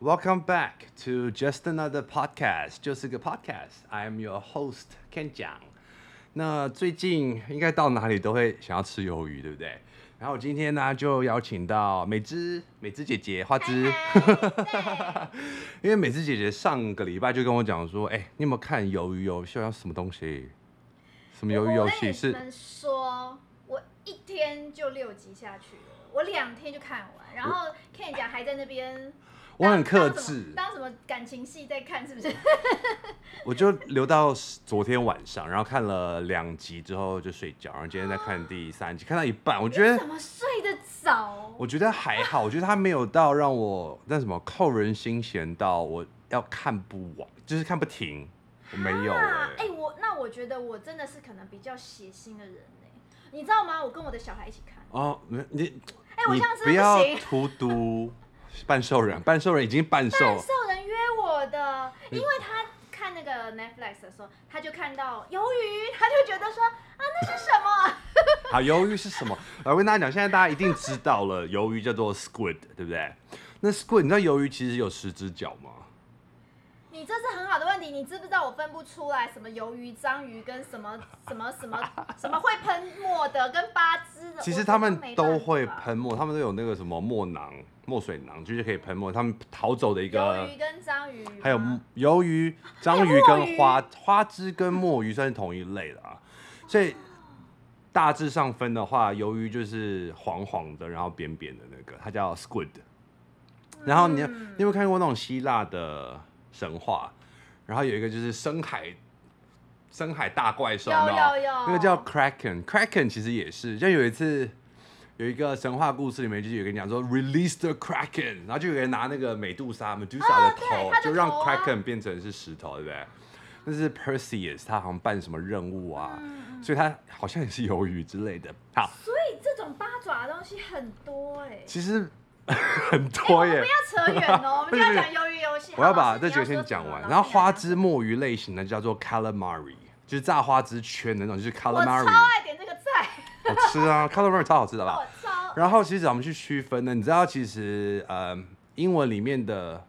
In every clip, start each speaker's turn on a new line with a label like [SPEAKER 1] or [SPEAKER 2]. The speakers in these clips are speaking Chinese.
[SPEAKER 1] Welcome back to just another podcast，就是个 podcast。I'm your host Ken 讲。那最近应该到哪里都会想要吃鱿鱼，对不对？然后我今天呢就邀请到美芝，美芝姐姐
[SPEAKER 2] 哎
[SPEAKER 1] 花枝。因为美芝姐姐上个礼拜就跟我讲说，哎、你有没有看鱿鱼游戏？好像什么东西？什么鱿鱼游戏
[SPEAKER 2] 我跟你
[SPEAKER 1] 是？
[SPEAKER 2] 们说，我一天就六集下去了，我两天就看完，然后 Ken 讲还在那边，
[SPEAKER 1] 我很
[SPEAKER 2] 当
[SPEAKER 1] 克
[SPEAKER 2] 当什么
[SPEAKER 1] 制，
[SPEAKER 2] 当什么感情戏在看是不 是？
[SPEAKER 1] 我就留到昨天晚上，然后看了两集之后就睡觉，然后今天在看第三集，看到一半，我觉得
[SPEAKER 2] 怎么睡得着？
[SPEAKER 1] 我觉得还好，我觉得他没有到让我那什么扣人心弦到我要看不完，就是看不停，我没有
[SPEAKER 2] 啊
[SPEAKER 1] 哎、
[SPEAKER 2] 哎、我那我觉得我真的是可能比较血腥的人哎、你知道吗？我跟我的小孩一起看，
[SPEAKER 1] 哦，你你
[SPEAKER 2] 哎、我
[SPEAKER 1] 你
[SPEAKER 2] 上次
[SPEAKER 1] 不
[SPEAKER 2] 不
[SPEAKER 1] 要
[SPEAKER 2] 行，
[SPEAKER 1] 荼毒半兽人，半兽人已经半
[SPEAKER 2] 半
[SPEAKER 1] 兽，
[SPEAKER 2] 兽人约我的，因为他看那个 Netflix 的时候，他就看到鱿鱼，他就觉得说啊那是什么？
[SPEAKER 1] 好，鱿鱼是什么？来我跟大家讲，现在大家一定知道了，鱿鱼叫做 squid，对不对？那 squid 你知道鱿鱼其实有十只脚吗？
[SPEAKER 2] 你这是很好的问题，你知不知道我分不出来什么鱿鱼、章鱼跟 什么什么什么什么会喷墨的跟八只的？
[SPEAKER 1] 其实
[SPEAKER 2] 我真
[SPEAKER 1] 他们
[SPEAKER 2] 的没办
[SPEAKER 1] 都
[SPEAKER 2] 法
[SPEAKER 1] 会。喷墨，他们都有那个什么墨囊、墨水囊，就是可以喷墨。他们逃走的一个
[SPEAKER 2] 鱿鱼跟章鱼吗，
[SPEAKER 1] 还有鱿鱼、章鱼跟 花花枝跟墨鱼算是同一类的啊，所以大致上分的话，鱿鱼就是黄黄的，然后扁扁的那个，它叫 squid。然
[SPEAKER 2] 嗯
[SPEAKER 1] 后你有、你有没有看过那种希腊的神话？然后有一个就是深海深海大怪兽，
[SPEAKER 2] 有
[SPEAKER 1] 有没有
[SPEAKER 2] 有有
[SPEAKER 1] 那个叫 kraken，kraken 其实也是，像有一次。有一个神话故事里面，就是有个人讲说 “release the kraken”，然后就有人拿那个美杜莎 Medusa 的头，
[SPEAKER 2] 他的头啊
[SPEAKER 1] 就让 kraken 变成是石头，对不对？那是 Perseus，他好像办什么任务啊，
[SPEAKER 2] 嗯
[SPEAKER 1] 所以他好像也是鱿鱼之类的。好，
[SPEAKER 2] 所以这种八爪的东西很多哎、欸。
[SPEAKER 1] 其实 很
[SPEAKER 2] 哎我
[SPEAKER 1] 多
[SPEAKER 2] 们
[SPEAKER 1] 耶。
[SPEAKER 2] 不要扯远 哦，我们就要讲鱿鱼游戏。
[SPEAKER 1] 我要
[SPEAKER 2] 好
[SPEAKER 1] 把
[SPEAKER 2] 老师
[SPEAKER 1] 这几个
[SPEAKER 2] 你
[SPEAKER 1] 先
[SPEAKER 2] 要说什
[SPEAKER 1] 讲
[SPEAKER 2] 么
[SPEAKER 1] 完。
[SPEAKER 2] 老
[SPEAKER 1] 然后
[SPEAKER 2] 师你要
[SPEAKER 1] 花
[SPEAKER 2] 讲
[SPEAKER 1] 枝墨鱼类型呢叫做 calamari，就是炸花枝圈的那种，就是
[SPEAKER 2] 我
[SPEAKER 1] calamari，
[SPEAKER 2] 超爱点这个菜，
[SPEAKER 1] 好吃啊，calamari 超好吃的 吧
[SPEAKER 2] 我？超
[SPEAKER 1] 然后其实我们去区分呢，你知道其实呃，英文里面的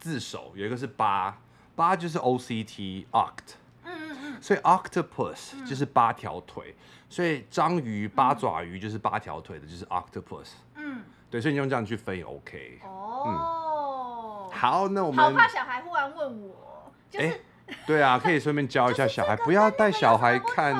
[SPEAKER 1] 字首有一个是八，八就是 O C T oct，
[SPEAKER 2] 嗯嗯嗯，
[SPEAKER 1] 所以 octopus 就是八条腿，所以章鱼八爪鱼就是八条腿的，就是 octopus。
[SPEAKER 2] 嗯
[SPEAKER 1] 对，所以你用这样去分也 OK。
[SPEAKER 2] 哦，
[SPEAKER 1] 好，那我
[SPEAKER 2] 好
[SPEAKER 1] 们
[SPEAKER 2] 怕小孩忽然问我，就是、
[SPEAKER 1] 哎对啊，可以顺便教一下小孩，不要带小孩看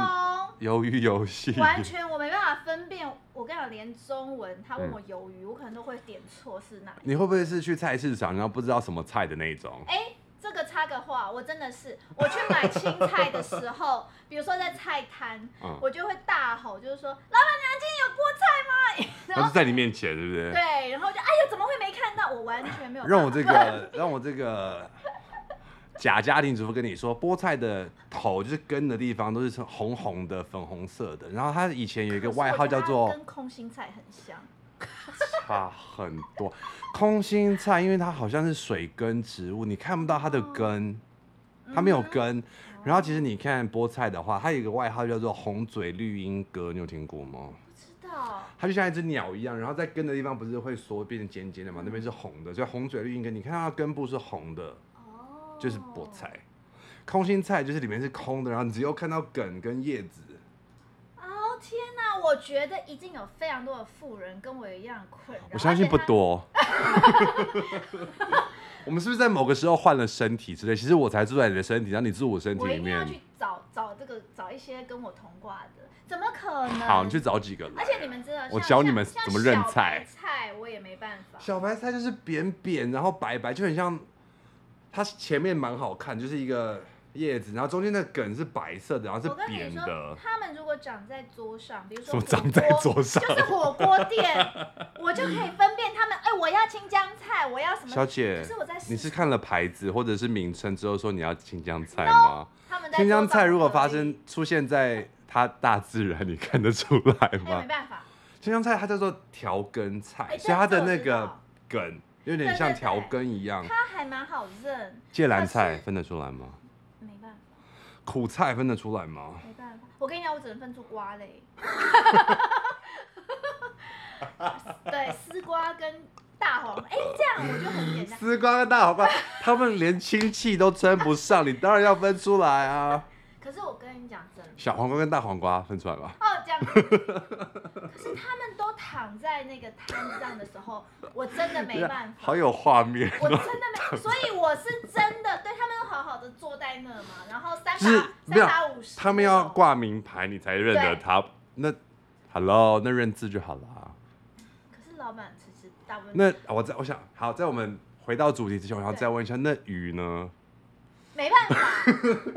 [SPEAKER 1] 鱿鱼游戏。
[SPEAKER 2] 完全我没办法分辨。我跟你讲，连中文他问我鱿鱼，我可能都会点错是哪里。
[SPEAKER 1] 你会不会是去菜市场，然后不知道什么菜的那一种？
[SPEAKER 2] 哎、这个插个话，我真的是，我去买青菜的时候，比如说在菜摊，
[SPEAKER 1] 嗯
[SPEAKER 2] 我就会大吼，就是说老板娘今天有 菠菜吗？然
[SPEAKER 1] 那
[SPEAKER 2] 后
[SPEAKER 1] 是在你面前，对不对？
[SPEAKER 2] 对，然后就哎呀，怎么会没看到？我完全没有办法。
[SPEAKER 1] 让我这个， 让我这个假家庭主妇跟你说，菠菜的头就是根的地方都是红红的、粉红色的。然后它以前有一个外号叫
[SPEAKER 2] 可
[SPEAKER 1] 做
[SPEAKER 2] 是我觉得它跟空心菜很像。
[SPEAKER 1] 差很多空心菜，因为它好像是水根植物，你看不到它的根，它没有根。然后其实你看菠菜的话，它有一个外号叫做红嘴绿鹦哥，你有听过吗？
[SPEAKER 2] 不知道，
[SPEAKER 1] 它就像一只鸟一样，然后在根的地方不是会缩变成尖尖的嘛？那边是红的，所以红嘴绿鹦哥，你看它的根部是红的，
[SPEAKER 2] 哦，
[SPEAKER 1] 就是菠。菜。空心菜就是里面是空的，然后你只有看到梗跟叶子。
[SPEAKER 2] 哦天哪，我觉得一定有非常多的富人跟我一样的困扰。
[SPEAKER 1] 我相信不
[SPEAKER 2] 而且他
[SPEAKER 1] 多。 我们是不是在某个时候换了身体之类？其实我才住在你的身体，然后你住我身体
[SPEAKER 2] 我
[SPEAKER 1] 里
[SPEAKER 2] 一定要
[SPEAKER 1] 面
[SPEAKER 2] 去。找找这个找一些跟我同挂的，怎么可能？
[SPEAKER 1] 好，你去找几个来。
[SPEAKER 2] 而且你们知道，
[SPEAKER 1] 我
[SPEAKER 2] 像
[SPEAKER 1] 教你们
[SPEAKER 2] 像
[SPEAKER 1] 怎么认
[SPEAKER 2] 像小白
[SPEAKER 1] 菜
[SPEAKER 2] 菜我也没办法。
[SPEAKER 1] 小白菜就是扁扁，然后白白，就很像它前面蛮好看，就是一个叶子，然后中间的梗是白色的，然后是
[SPEAKER 2] 我跟你
[SPEAKER 1] 扁
[SPEAKER 2] 说
[SPEAKER 1] 的，。
[SPEAKER 2] 他们如果长在桌上，比如说
[SPEAKER 1] 什么
[SPEAKER 2] 火
[SPEAKER 1] 长在
[SPEAKER 2] 锅
[SPEAKER 1] 桌上
[SPEAKER 2] 就是火锅店， 我就可以分辨他们。哎，我要青江菜，我要什么？
[SPEAKER 1] 小姐
[SPEAKER 2] 可是我在，市
[SPEAKER 1] 你是
[SPEAKER 2] 场
[SPEAKER 1] 看了牌子或者是名称之后说你要青江菜吗？
[SPEAKER 2] 他们在
[SPEAKER 1] 青江
[SPEAKER 2] 桌上
[SPEAKER 1] 菜如果
[SPEAKER 2] 不可
[SPEAKER 1] 发
[SPEAKER 2] 以
[SPEAKER 1] 生，出现在它大自然，你看得出来
[SPEAKER 2] 哎，
[SPEAKER 1] 吗
[SPEAKER 2] 没？办法。
[SPEAKER 1] 青江菜它叫做调根菜，
[SPEAKER 2] 哎
[SPEAKER 1] 所以它的那
[SPEAKER 2] 这个我知
[SPEAKER 1] 个
[SPEAKER 2] 道
[SPEAKER 1] 梗有点像调根一样。
[SPEAKER 2] 它还蛮好认，
[SPEAKER 1] 芥蓝菜
[SPEAKER 2] 可
[SPEAKER 1] 分得出来吗？
[SPEAKER 2] 是没办法，
[SPEAKER 1] 苦菜分得出来吗？
[SPEAKER 2] 没办法。我跟你讲，我只能分出瓜 欸类。对，丝瓜跟大黄，哎、这样我就很 简单。
[SPEAKER 1] 丝瓜跟大黄 瓜，他们连亲戚都称不上，你当然要分出来啊。
[SPEAKER 2] 可是我跟你讲真的，
[SPEAKER 1] 小黄瓜跟大黄瓜分出来吧。
[SPEAKER 2] 哦，这样子。可是他们都躺在那个摊子上的时候，我真的没办法，
[SPEAKER 1] 好有画面
[SPEAKER 2] 我真
[SPEAKER 1] 哦。
[SPEAKER 2] 的没，所以我是真的对他们都好好的坐在那嘛，然后三
[SPEAKER 1] 就是
[SPEAKER 2] 把
[SPEAKER 1] 没有
[SPEAKER 2] 三把五十，
[SPEAKER 1] 他们要挂名牌，你才认得
[SPEAKER 2] 对
[SPEAKER 1] 他。那 Hello，那认字就好了啊。
[SPEAKER 2] 可是老板其实大部分
[SPEAKER 1] 那啊我在我想，好，在我们回到主题之前，我想
[SPEAKER 2] 对
[SPEAKER 1] 再问一下，那鱼呢？
[SPEAKER 2] 没办法，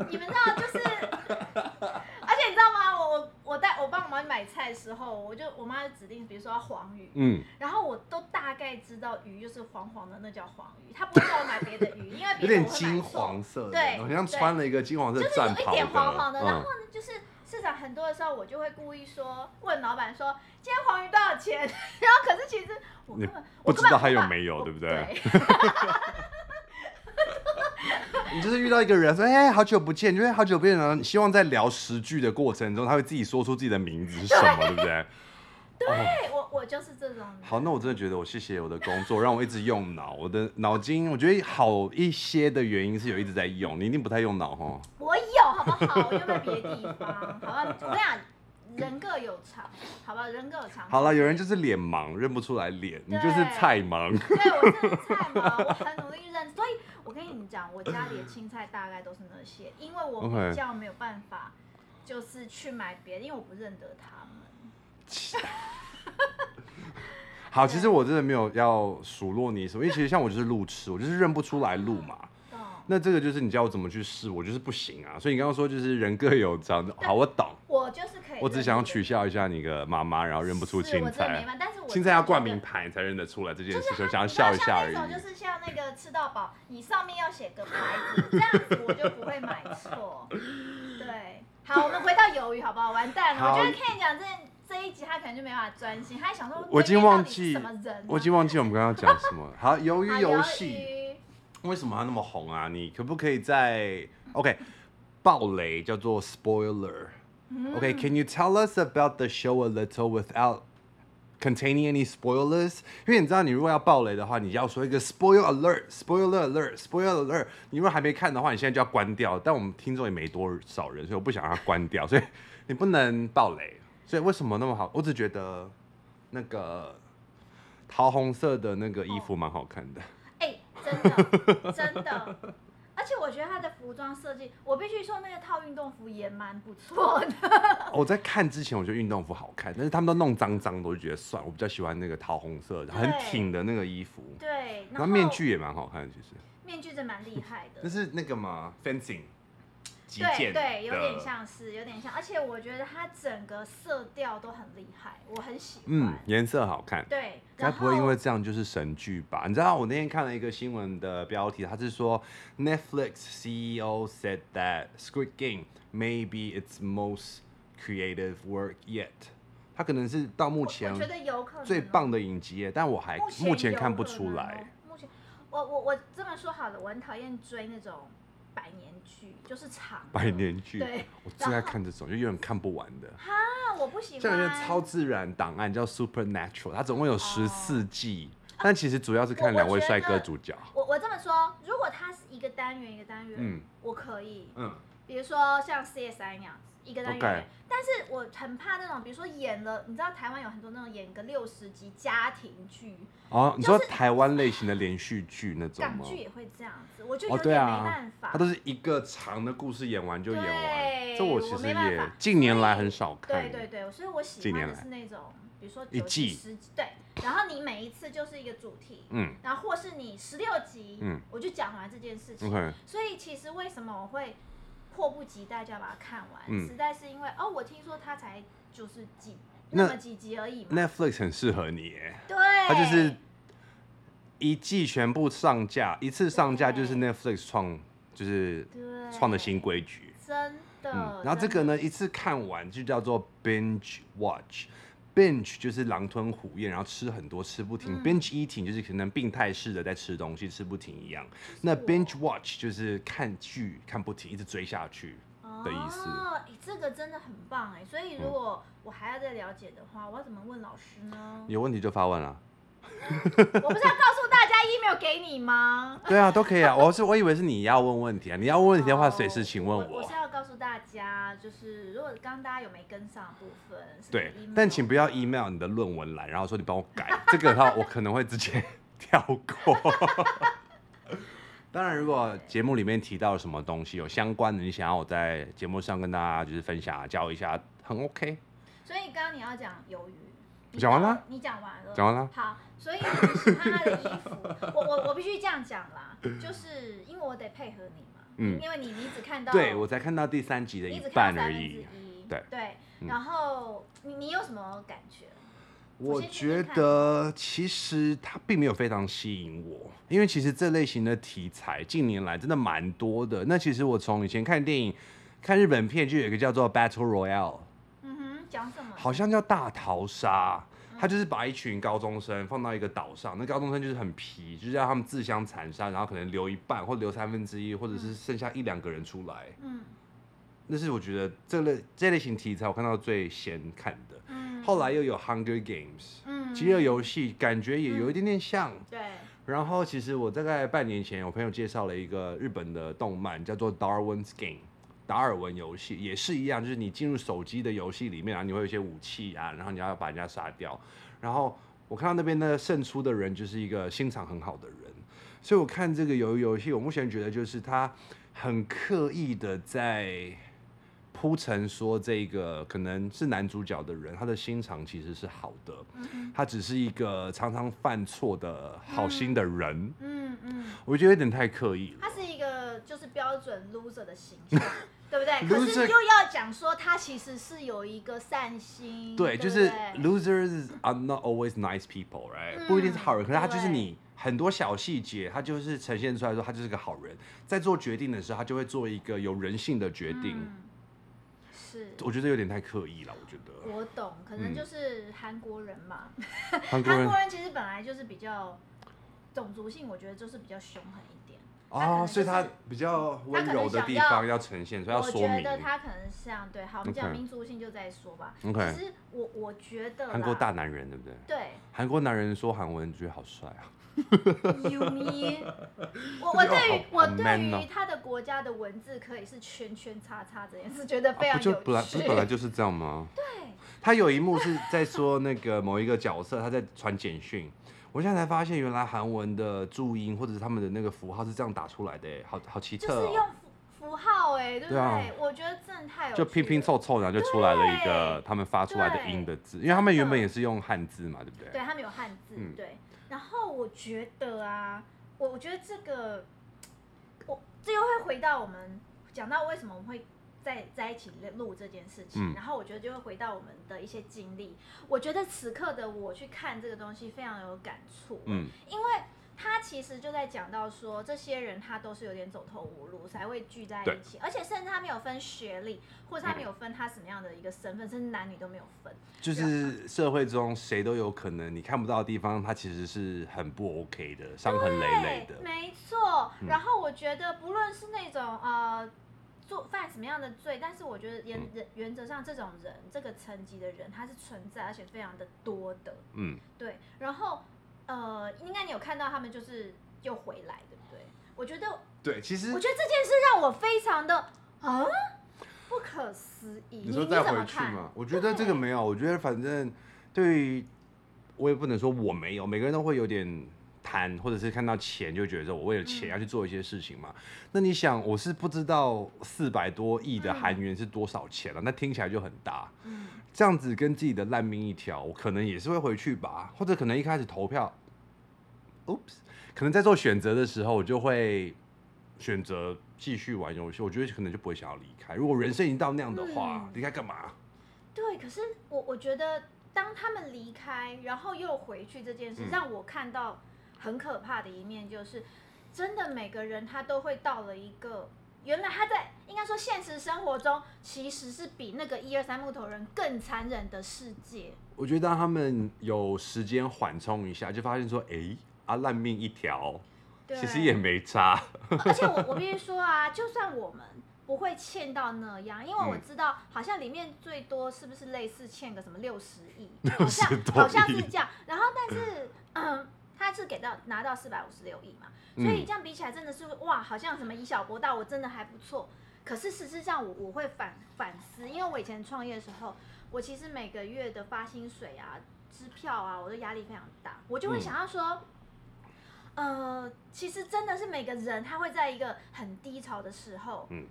[SPEAKER 2] 你们知道 就是，而且你知道吗？我我我带我帮我妈买菜的时候，我就我妈就指定，比如说要黄鱼，
[SPEAKER 1] 嗯，
[SPEAKER 2] 然后我都大概知道鱼就是黄黄的，那叫黄鱼，她不会叫我买别的鱼， 因为
[SPEAKER 1] 有
[SPEAKER 2] 别的
[SPEAKER 1] 点
[SPEAKER 2] 我会买
[SPEAKER 1] 金
[SPEAKER 2] 错。
[SPEAKER 1] 黄色的，
[SPEAKER 2] 对
[SPEAKER 1] 好像穿了一个金黄色
[SPEAKER 2] 就是有
[SPEAKER 1] 战
[SPEAKER 2] 一
[SPEAKER 1] 袍
[SPEAKER 2] 点黄黄的。然后
[SPEAKER 1] 嗯，
[SPEAKER 2] 呢，就是市场很多的时候，我就会故意说问老板说，今天黄鱼多少钱？ 然后可是其实我根本
[SPEAKER 1] 不
[SPEAKER 2] 我
[SPEAKER 1] 知
[SPEAKER 2] 根
[SPEAKER 1] 道
[SPEAKER 2] 本
[SPEAKER 1] 还
[SPEAKER 2] 无
[SPEAKER 1] 有
[SPEAKER 2] 法
[SPEAKER 1] 没有对不对
[SPEAKER 2] 对，
[SPEAKER 1] 你就是遇到一个人说，哎，好久不见，因为好久不见，然后你希望在聊十句的过程中，他会自己说出自己的名字是什么，对不对？
[SPEAKER 2] 对我我就是这种人。
[SPEAKER 1] 好，那我真的觉得我谢谢我的工作，让我一直用脑，我的脑筋，我觉得好一些的原因是有一直在用，你一定不太用脑哈。
[SPEAKER 2] 我有好不好？我又没有别的地方，好 吧？我跟你讲，人各有长，好吧？人各有长。
[SPEAKER 1] 好了，有人就是脸盲，认不出来脸，你就是
[SPEAKER 2] 对
[SPEAKER 1] 菜盲。
[SPEAKER 2] 对我是菜嘛，我很努力认，所以我跟你们讲，我家里的青菜大概都是那些，因为我
[SPEAKER 1] OK
[SPEAKER 2] 比较没有办法，就是去买别的，因为我不认得他们。
[SPEAKER 1] 好，
[SPEAKER 2] 对
[SPEAKER 1] 其实我真的没有要数落你什么，因为其实像我就是路痴，我就是认不出来路嘛。
[SPEAKER 2] 懂？
[SPEAKER 1] 那这个就是你叫我怎么去试，我就是不行啊。所以你刚刚说就是人各有长，好，我懂。
[SPEAKER 2] 我就是可以认得。
[SPEAKER 1] 我只想要取笑一下你的妈妈，然后认不出
[SPEAKER 2] 是
[SPEAKER 1] 青
[SPEAKER 2] 我真的没
[SPEAKER 1] 菜，
[SPEAKER 2] 办法，但是我
[SPEAKER 1] 青菜要
[SPEAKER 2] 真的
[SPEAKER 1] 冠名牌才认得出来这件
[SPEAKER 2] 就
[SPEAKER 1] 事
[SPEAKER 2] 是，
[SPEAKER 1] 就想
[SPEAKER 2] 他
[SPEAKER 1] 要笑一
[SPEAKER 2] 你知
[SPEAKER 1] 下
[SPEAKER 2] 道
[SPEAKER 1] 而已
[SPEAKER 2] 像。那种就是像那个吃到饱，你上面要写个牌子，这样子我就不会买错。对，好，我们回到鱿鱼好不好？完蛋了，
[SPEAKER 1] 好
[SPEAKER 2] 我觉得 Ken 讲这这一集他可能就没办法专心，他还想说
[SPEAKER 1] 我已经
[SPEAKER 2] 对面到
[SPEAKER 1] 忘
[SPEAKER 2] 底
[SPEAKER 1] 记
[SPEAKER 2] 是什么人啊，
[SPEAKER 1] 我已经忘记我们刚刚讲什么了。好，鱿
[SPEAKER 2] 好
[SPEAKER 1] 鱼游戏为什么它那么红啊？你可不可以在 OK 暴雷叫做 spoiler？
[SPEAKER 2] 鱿鱼
[SPEAKER 1] Okay, can you tell us about the show a little without containing any spoilers？因为你知道，你如果要爆雷的话，你要说一个 spoil alert, spoiler alert, spoiler alert。你如果还没看的话，你现在就要关掉。但我们听众也没多少人，所以我不想让它关掉，所以你不能爆雷。所以为什么那么好？我只觉得那个桃红色的那个衣服蛮好看的。
[SPEAKER 2] 哎、真的真的，而且我觉得他的服装设计，我必须说那个套运动服也蛮不 错的。
[SPEAKER 1] 我在看之前我觉得运动服好看，但是他们都弄脏脏的，我就觉得算了。我比较喜欢那个桃红色的，很
[SPEAKER 2] 对
[SPEAKER 1] 挺的那个衣服。
[SPEAKER 2] 对，然
[SPEAKER 1] 那
[SPEAKER 2] 后
[SPEAKER 1] 面具也蛮好看的，其实。
[SPEAKER 2] 面具真蛮厉害的
[SPEAKER 1] 那。是那个嘛，fencing，击
[SPEAKER 2] 对
[SPEAKER 1] 剑
[SPEAKER 2] 对，有
[SPEAKER 1] 的
[SPEAKER 2] 点。像是，有点像，而且我觉得它整个色调都很厉害，我很喜欢。
[SPEAKER 1] 嗯，颜色好看。
[SPEAKER 2] 对，
[SPEAKER 1] 该
[SPEAKER 2] 然
[SPEAKER 1] 不会因
[SPEAKER 2] 后
[SPEAKER 1] 为这样就是神剧吧？你知道我那天看了一个新闻的标题，它是说 Netflix CEO said that Squid Game may be its most creative work yet。它可能是到目
[SPEAKER 2] 我
[SPEAKER 1] 前
[SPEAKER 2] 我觉得有可能
[SPEAKER 1] 最
[SPEAKER 2] 哦，
[SPEAKER 1] 棒的影集耶，但我还目前
[SPEAKER 2] 有
[SPEAKER 1] 看不
[SPEAKER 2] 可
[SPEAKER 1] 出
[SPEAKER 2] 能
[SPEAKER 1] 来。
[SPEAKER 2] 哦。目前我我我这么说好了，我很讨厌追那种百年剧，就是长的
[SPEAKER 1] 百年剧
[SPEAKER 2] 对，
[SPEAKER 1] 我最爱
[SPEAKER 2] 然后
[SPEAKER 1] 看这种，就有点看不完 的。
[SPEAKER 2] 啊，我不喜欢。
[SPEAKER 1] 像有一个超自然档案叫 Supernatural，它总共有十四季，但其实主要是看两位帅哥主角。
[SPEAKER 2] 哦我我这么说，如果它是一个单元一个单元，
[SPEAKER 1] 嗯
[SPEAKER 2] 我可以，
[SPEAKER 1] 嗯，
[SPEAKER 2] 比如说像 CSI 那样子一个单元
[SPEAKER 1] OK
[SPEAKER 2] 但是我很怕那种，比如说演了，你知道台湾有很多那种演个六十集家庭剧、
[SPEAKER 1] 哦，你说台湾类型的连续剧那种
[SPEAKER 2] 港
[SPEAKER 1] 吗
[SPEAKER 2] 剧？也会这样子，我就有
[SPEAKER 1] 哦，对
[SPEAKER 2] 点没办
[SPEAKER 1] 啊
[SPEAKER 2] 法。，
[SPEAKER 1] 它都是一个长的故事演完就演完，
[SPEAKER 2] 对
[SPEAKER 1] 这其实
[SPEAKER 2] 我没办
[SPEAKER 1] 也
[SPEAKER 2] 法
[SPEAKER 1] 近年来很少看。
[SPEAKER 2] 对对对，所以我喜
[SPEAKER 1] 近
[SPEAKER 2] 欢
[SPEAKER 1] 年
[SPEAKER 2] 的
[SPEAKER 1] 来
[SPEAKER 2] 是那种，比如说
[SPEAKER 1] 一
[SPEAKER 2] 九
[SPEAKER 1] 季
[SPEAKER 2] 集、十集，对，然后你每一次就是一个主题，
[SPEAKER 1] 嗯
[SPEAKER 2] 然后或是你十六集，
[SPEAKER 1] 嗯
[SPEAKER 2] 我就讲完这件事情。
[SPEAKER 1] ，OK，
[SPEAKER 2] 所以其实为什么我会迫不及待就要把它看完，
[SPEAKER 1] 嗯
[SPEAKER 2] 实在是因为哦，我听说它才就是几
[SPEAKER 1] 那
[SPEAKER 2] 那么几集而已嘛。
[SPEAKER 1] Netflix 很适合你耶，
[SPEAKER 2] 对，
[SPEAKER 1] 它就是一季全部上架，一次上架就是 Netflix 创就是
[SPEAKER 2] 对
[SPEAKER 1] 创的新，规矩。
[SPEAKER 2] 真的。
[SPEAKER 1] 嗯，然后这
[SPEAKER 2] 真的
[SPEAKER 1] 个呢，一次看完就叫做 binge watch。binge 就是狼吞虎咽，然后吃很多吃不停。
[SPEAKER 2] 嗯
[SPEAKER 1] binge eating 就是可能病态式的在吃东西吃不停一样。那
[SPEAKER 2] 我
[SPEAKER 1] binge watch 就是看剧看不停，一直追下去。的意思嗯
[SPEAKER 2] 哦，诶这个真的很欸棒哎！所以如果我还要再了解的话，我要怎么问老师呢？
[SPEAKER 1] 有问题就发问啦。
[SPEAKER 2] 我不是要告诉大家 email 给你吗？
[SPEAKER 1] 对啊，都可以啊。我是我以为是你要问问题啊，你要问问题的话，随时请问
[SPEAKER 2] 哦我我是要告诉大家，就是如果刚刚大家有没跟上的部分，是
[SPEAKER 1] 对
[SPEAKER 2] email，
[SPEAKER 1] 但请不要 email 你的论文栏，然后说你帮我改 这个的话，我可能会直接跳过。 当然，如果节目里面提到什么东西有相关的，你想要我在节目上跟大家就是分享啊、教一下，很 OK。
[SPEAKER 2] 所以刚刚你要讲鱿鱼，你
[SPEAKER 1] 讲完啦
[SPEAKER 2] 你讲完了，
[SPEAKER 1] 讲完啦。
[SPEAKER 2] 好，所以你喜欢他的衣服，我我我必须这样讲啦，就是因为我得配合你嘛，
[SPEAKER 1] 嗯
[SPEAKER 2] 因为你你只看到
[SPEAKER 1] 对我才看到第三集的
[SPEAKER 2] 你
[SPEAKER 1] 一
[SPEAKER 2] 只看
[SPEAKER 1] 半
[SPEAKER 2] 到
[SPEAKER 1] 而
[SPEAKER 2] 三分之
[SPEAKER 1] 已。
[SPEAKER 2] 一，
[SPEAKER 1] 对
[SPEAKER 2] 对，
[SPEAKER 1] 嗯
[SPEAKER 2] 然后你你有什么感觉？
[SPEAKER 1] 我
[SPEAKER 2] 先听
[SPEAKER 1] 觉
[SPEAKER 2] 听看
[SPEAKER 1] 得其实它并没有非常吸引我，因为其实这类型的题材近年来真的蛮多的。那其实我从以前看电影、看日本片，就有一个叫做 Battle Royale，
[SPEAKER 2] 嗯哼，讲什么？
[SPEAKER 1] 好像叫大逃杀。他就是把一群高中生放到一个岛上，那高中生就是很皮，就是让他们自相残杀，然后可能留一半或留三分之一，或者是剩下一两个人出来。
[SPEAKER 2] 嗯
[SPEAKER 1] 那是我觉得这类这类型题材我看到最先看的。
[SPEAKER 2] 嗯，
[SPEAKER 1] 后来又有 Hunger Games，
[SPEAKER 2] 嗯
[SPEAKER 1] 饥饿游戏感觉也有一点点像。
[SPEAKER 2] 对，
[SPEAKER 1] 然后其实我大概半年前，我朋友介绍了一个日本的动漫，叫做《Darwin's Game》。达尔文游戏也是一样，就是你进入手机的游戏里面，然后你会有一些武器啊，然后你要把人家杀掉。然后我看到那边的胜出的人就是一个心肠很好的人，所以我看这个游游戏，我目前觉得就是他很刻意的在铺陈说这个可能是男主角的人，他的心肠其实是好的，
[SPEAKER 2] 嗯哼
[SPEAKER 1] 他只是一个常常犯错的好心的人，
[SPEAKER 2] 嗯啊嗯，
[SPEAKER 1] 我觉得有点太刻意了。
[SPEAKER 2] 他是一个就是标准 loser 的形 象，对不对？可
[SPEAKER 1] Loser-
[SPEAKER 2] 是又要讲说他其实是有一个善心，
[SPEAKER 1] 对，
[SPEAKER 2] 对，
[SPEAKER 1] 就
[SPEAKER 2] 不
[SPEAKER 1] 是
[SPEAKER 2] 对
[SPEAKER 1] losers are not always nice people, right？、
[SPEAKER 2] 嗯
[SPEAKER 1] 不一定是好人，可是他就是
[SPEAKER 2] 对
[SPEAKER 1] 你很多小细节，他就是呈现出来说他就是个好人，在做决定的时候，他就会做一个有人性的决定。
[SPEAKER 2] 嗯是。
[SPEAKER 1] 我觉得有点太刻意了，我觉得
[SPEAKER 2] 我懂，可能就是韩国人嘛。
[SPEAKER 1] 嗯韩国
[SPEAKER 2] 韩
[SPEAKER 1] 人啊
[SPEAKER 2] 国人其实本来就是比较种族性，我觉得就是比较凶狠一点。他可
[SPEAKER 1] 啊、
[SPEAKER 2] 能
[SPEAKER 1] 所以
[SPEAKER 2] 就是
[SPEAKER 1] 他比较温
[SPEAKER 2] 他可能
[SPEAKER 1] 柔的
[SPEAKER 2] 想
[SPEAKER 1] 地
[SPEAKER 2] 要
[SPEAKER 1] 方要呈现，所以要
[SPEAKER 2] 我
[SPEAKER 1] 说
[SPEAKER 2] 觉
[SPEAKER 1] 明。
[SPEAKER 2] 得他可能是这样，对，好，我们
[SPEAKER 1] OK
[SPEAKER 2] 讲民族性就再说吧。
[SPEAKER 1] OK
[SPEAKER 2] 其实我我觉得啦
[SPEAKER 1] 韩国大男人对不对？
[SPEAKER 2] 对
[SPEAKER 1] 韩国男人说韩文觉得好帅啊，
[SPEAKER 2] u n i 我我对于
[SPEAKER 1] 好
[SPEAKER 2] 我
[SPEAKER 1] 好
[SPEAKER 2] 对
[SPEAKER 1] man 哦
[SPEAKER 2] 于他的国家的文字可以是圈圈叉叉这件事，觉得非
[SPEAKER 1] 啊不就
[SPEAKER 2] 常有
[SPEAKER 1] 本来不
[SPEAKER 2] 哦趣。
[SPEAKER 1] 是本来就是这样吗？
[SPEAKER 2] 对，
[SPEAKER 1] 他有一幕是在说那个某一个角色，他在传简讯。我现在才发现，原来韩文的注音或者是他们的那个符号是这样打出来的，好好奇
[SPEAKER 2] 就
[SPEAKER 1] 特
[SPEAKER 2] 是
[SPEAKER 1] 哦
[SPEAKER 2] 用。符符号哎、对不
[SPEAKER 1] 对啊
[SPEAKER 2] 对？我觉得真的太有
[SPEAKER 1] 就拼
[SPEAKER 2] 趣
[SPEAKER 1] 拼
[SPEAKER 2] 了
[SPEAKER 1] 凑凑，然后就出来了一个
[SPEAKER 2] 对
[SPEAKER 1] 他们发出来的
[SPEAKER 2] 对
[SPEAKER 1] 音的字，因为他们原本
[SPEAKER 2] 真的
[SPEAKER 1] 也是用汉字嘛，对不对？
[SPEAKER 2] 对他们有汉字，
[SPEAKER 1] 嗯
[SPEAKER 2] 对。然后我觉得啊，我我觉得这个，我这又会回到我们讲到为什么我们会在在一起录这件事情，
[SPEAKER 1] 嗯
[SPEAKER 2] 然后我觉得就会回到我们的一些经历。我觉得此刻的我去看这个东西非常有感触，
[SPEAKER 1] 嗯，
[SPEAKER 2] 因为。他其实就在讲到说，这些人他都是有点走投无路才会聚在
[SPEAKER 1] 对嗯
[SPEAKER 2] 一起，而且甚至他没有分学历，或者他没有分他什么样的一个身份，甚至男女都没有分。
[SPEAKER 1] 就是社会中谁都有可能，你看不到的地方，它其实是很不 OK 的，伤痕累累的
[SPEAKER 2] 对，。没错
[SPEAKER 1] 嗯。
[SPEAKER 2] 然后我觉得，不论是那种呃做犯什么样的罪，但是我觉得原
[SPEAKER 1] 嗯
[SPEAKER 2] 人原则上，这种人这个层级的人，他是存在，而且非常的多的。
[SPEAKER 1] 嗯，
[SPEAKER 2] 对，然后呃，应该你有看到他们就是又回来，对不对？我觉得，
[SPEAKER 1] 对，其实
[SPEAKER 2] 我觉得这件事让我非常的啊不可思议。
[SPEAKER 1] 你
[SPEAKER 2] 你
[SPEAKER 1] 说
[SPEAKER 2] 你
[SPEAKER 1] 再
[SPEAKER 2] 怎
[SPEAKER 1] 回
[SPEAKER 2] 么
[SPEAKER 1] 去
[SPEAKER 2] 看
[SPEAKER 1] 嘛？我觉得这个没有，我觉得反正对于我也不能说我没有，每个人都会有点贪，或者是看到钱就觉得说我为了钱
[SPEAKER 2] 嗯
[SPEAKER 1] 要去做一些事情嘛。那你想，我是不知道四百多亿的
[SPEAKER 2] 嗯
[SPEAKER 1] 韩元是多少钱了、那听起来就很大。
[SPEAKER 2] 嗯，
[SPEAKER 1] 这样子跟自己的烂命一条，我可能也是会回去吧，或者可能一开始投票，oops，可能在做选择的时候，我就会选择继续玩游戏，我觉得可能就不会想要离开。如果人生已经到那样的话
[SPEAKER 2] 嗯，
[SPEAKER 1] 离、开干嘛？
[SPEAKER 2] 对，可是我我觉得，当他们离开，然后又回去这件事，
[SPEAKER 1] 嗯
[SPEAKER 2] 让我看到很可怕的一面，就是真的每个人他都会到了一个，原来他在应该说现实生活中，其实是比那个一二三木头人更残忍的世界。
[SPEAKER 1] 我觉得当他们有时间缓冲一下，就发现说，哎、啊，烂命一条，
[SPEAKER 2] 对，
[SPEAKER 1] 其实也没差。
[SPEAKER 2] 而且我我必须说啊，就算我们不会欠到那样，因为我知道好像里面最多是不是类似欠个什么六十亿，好像
[SPEAKER 1] 60多亿
[SPEAKER 2] 好像是这样。然后但是嗯，他是给到拿到四百五十六亿嘛，所以这样比起来真的是哇，好像什么以小博大，我真的还不错。可是事实上我，我会反反思，因为我以前创业的时候，我其实每个月的发薪水啊、支票啊，我的压力非常大，我就会
[SPEAKER 1] 嗯
[SPEAKER 2] 想要说，呃，其实真的是每个人他会在一个很低潮的时候，
[SPEAKER 1] 嗯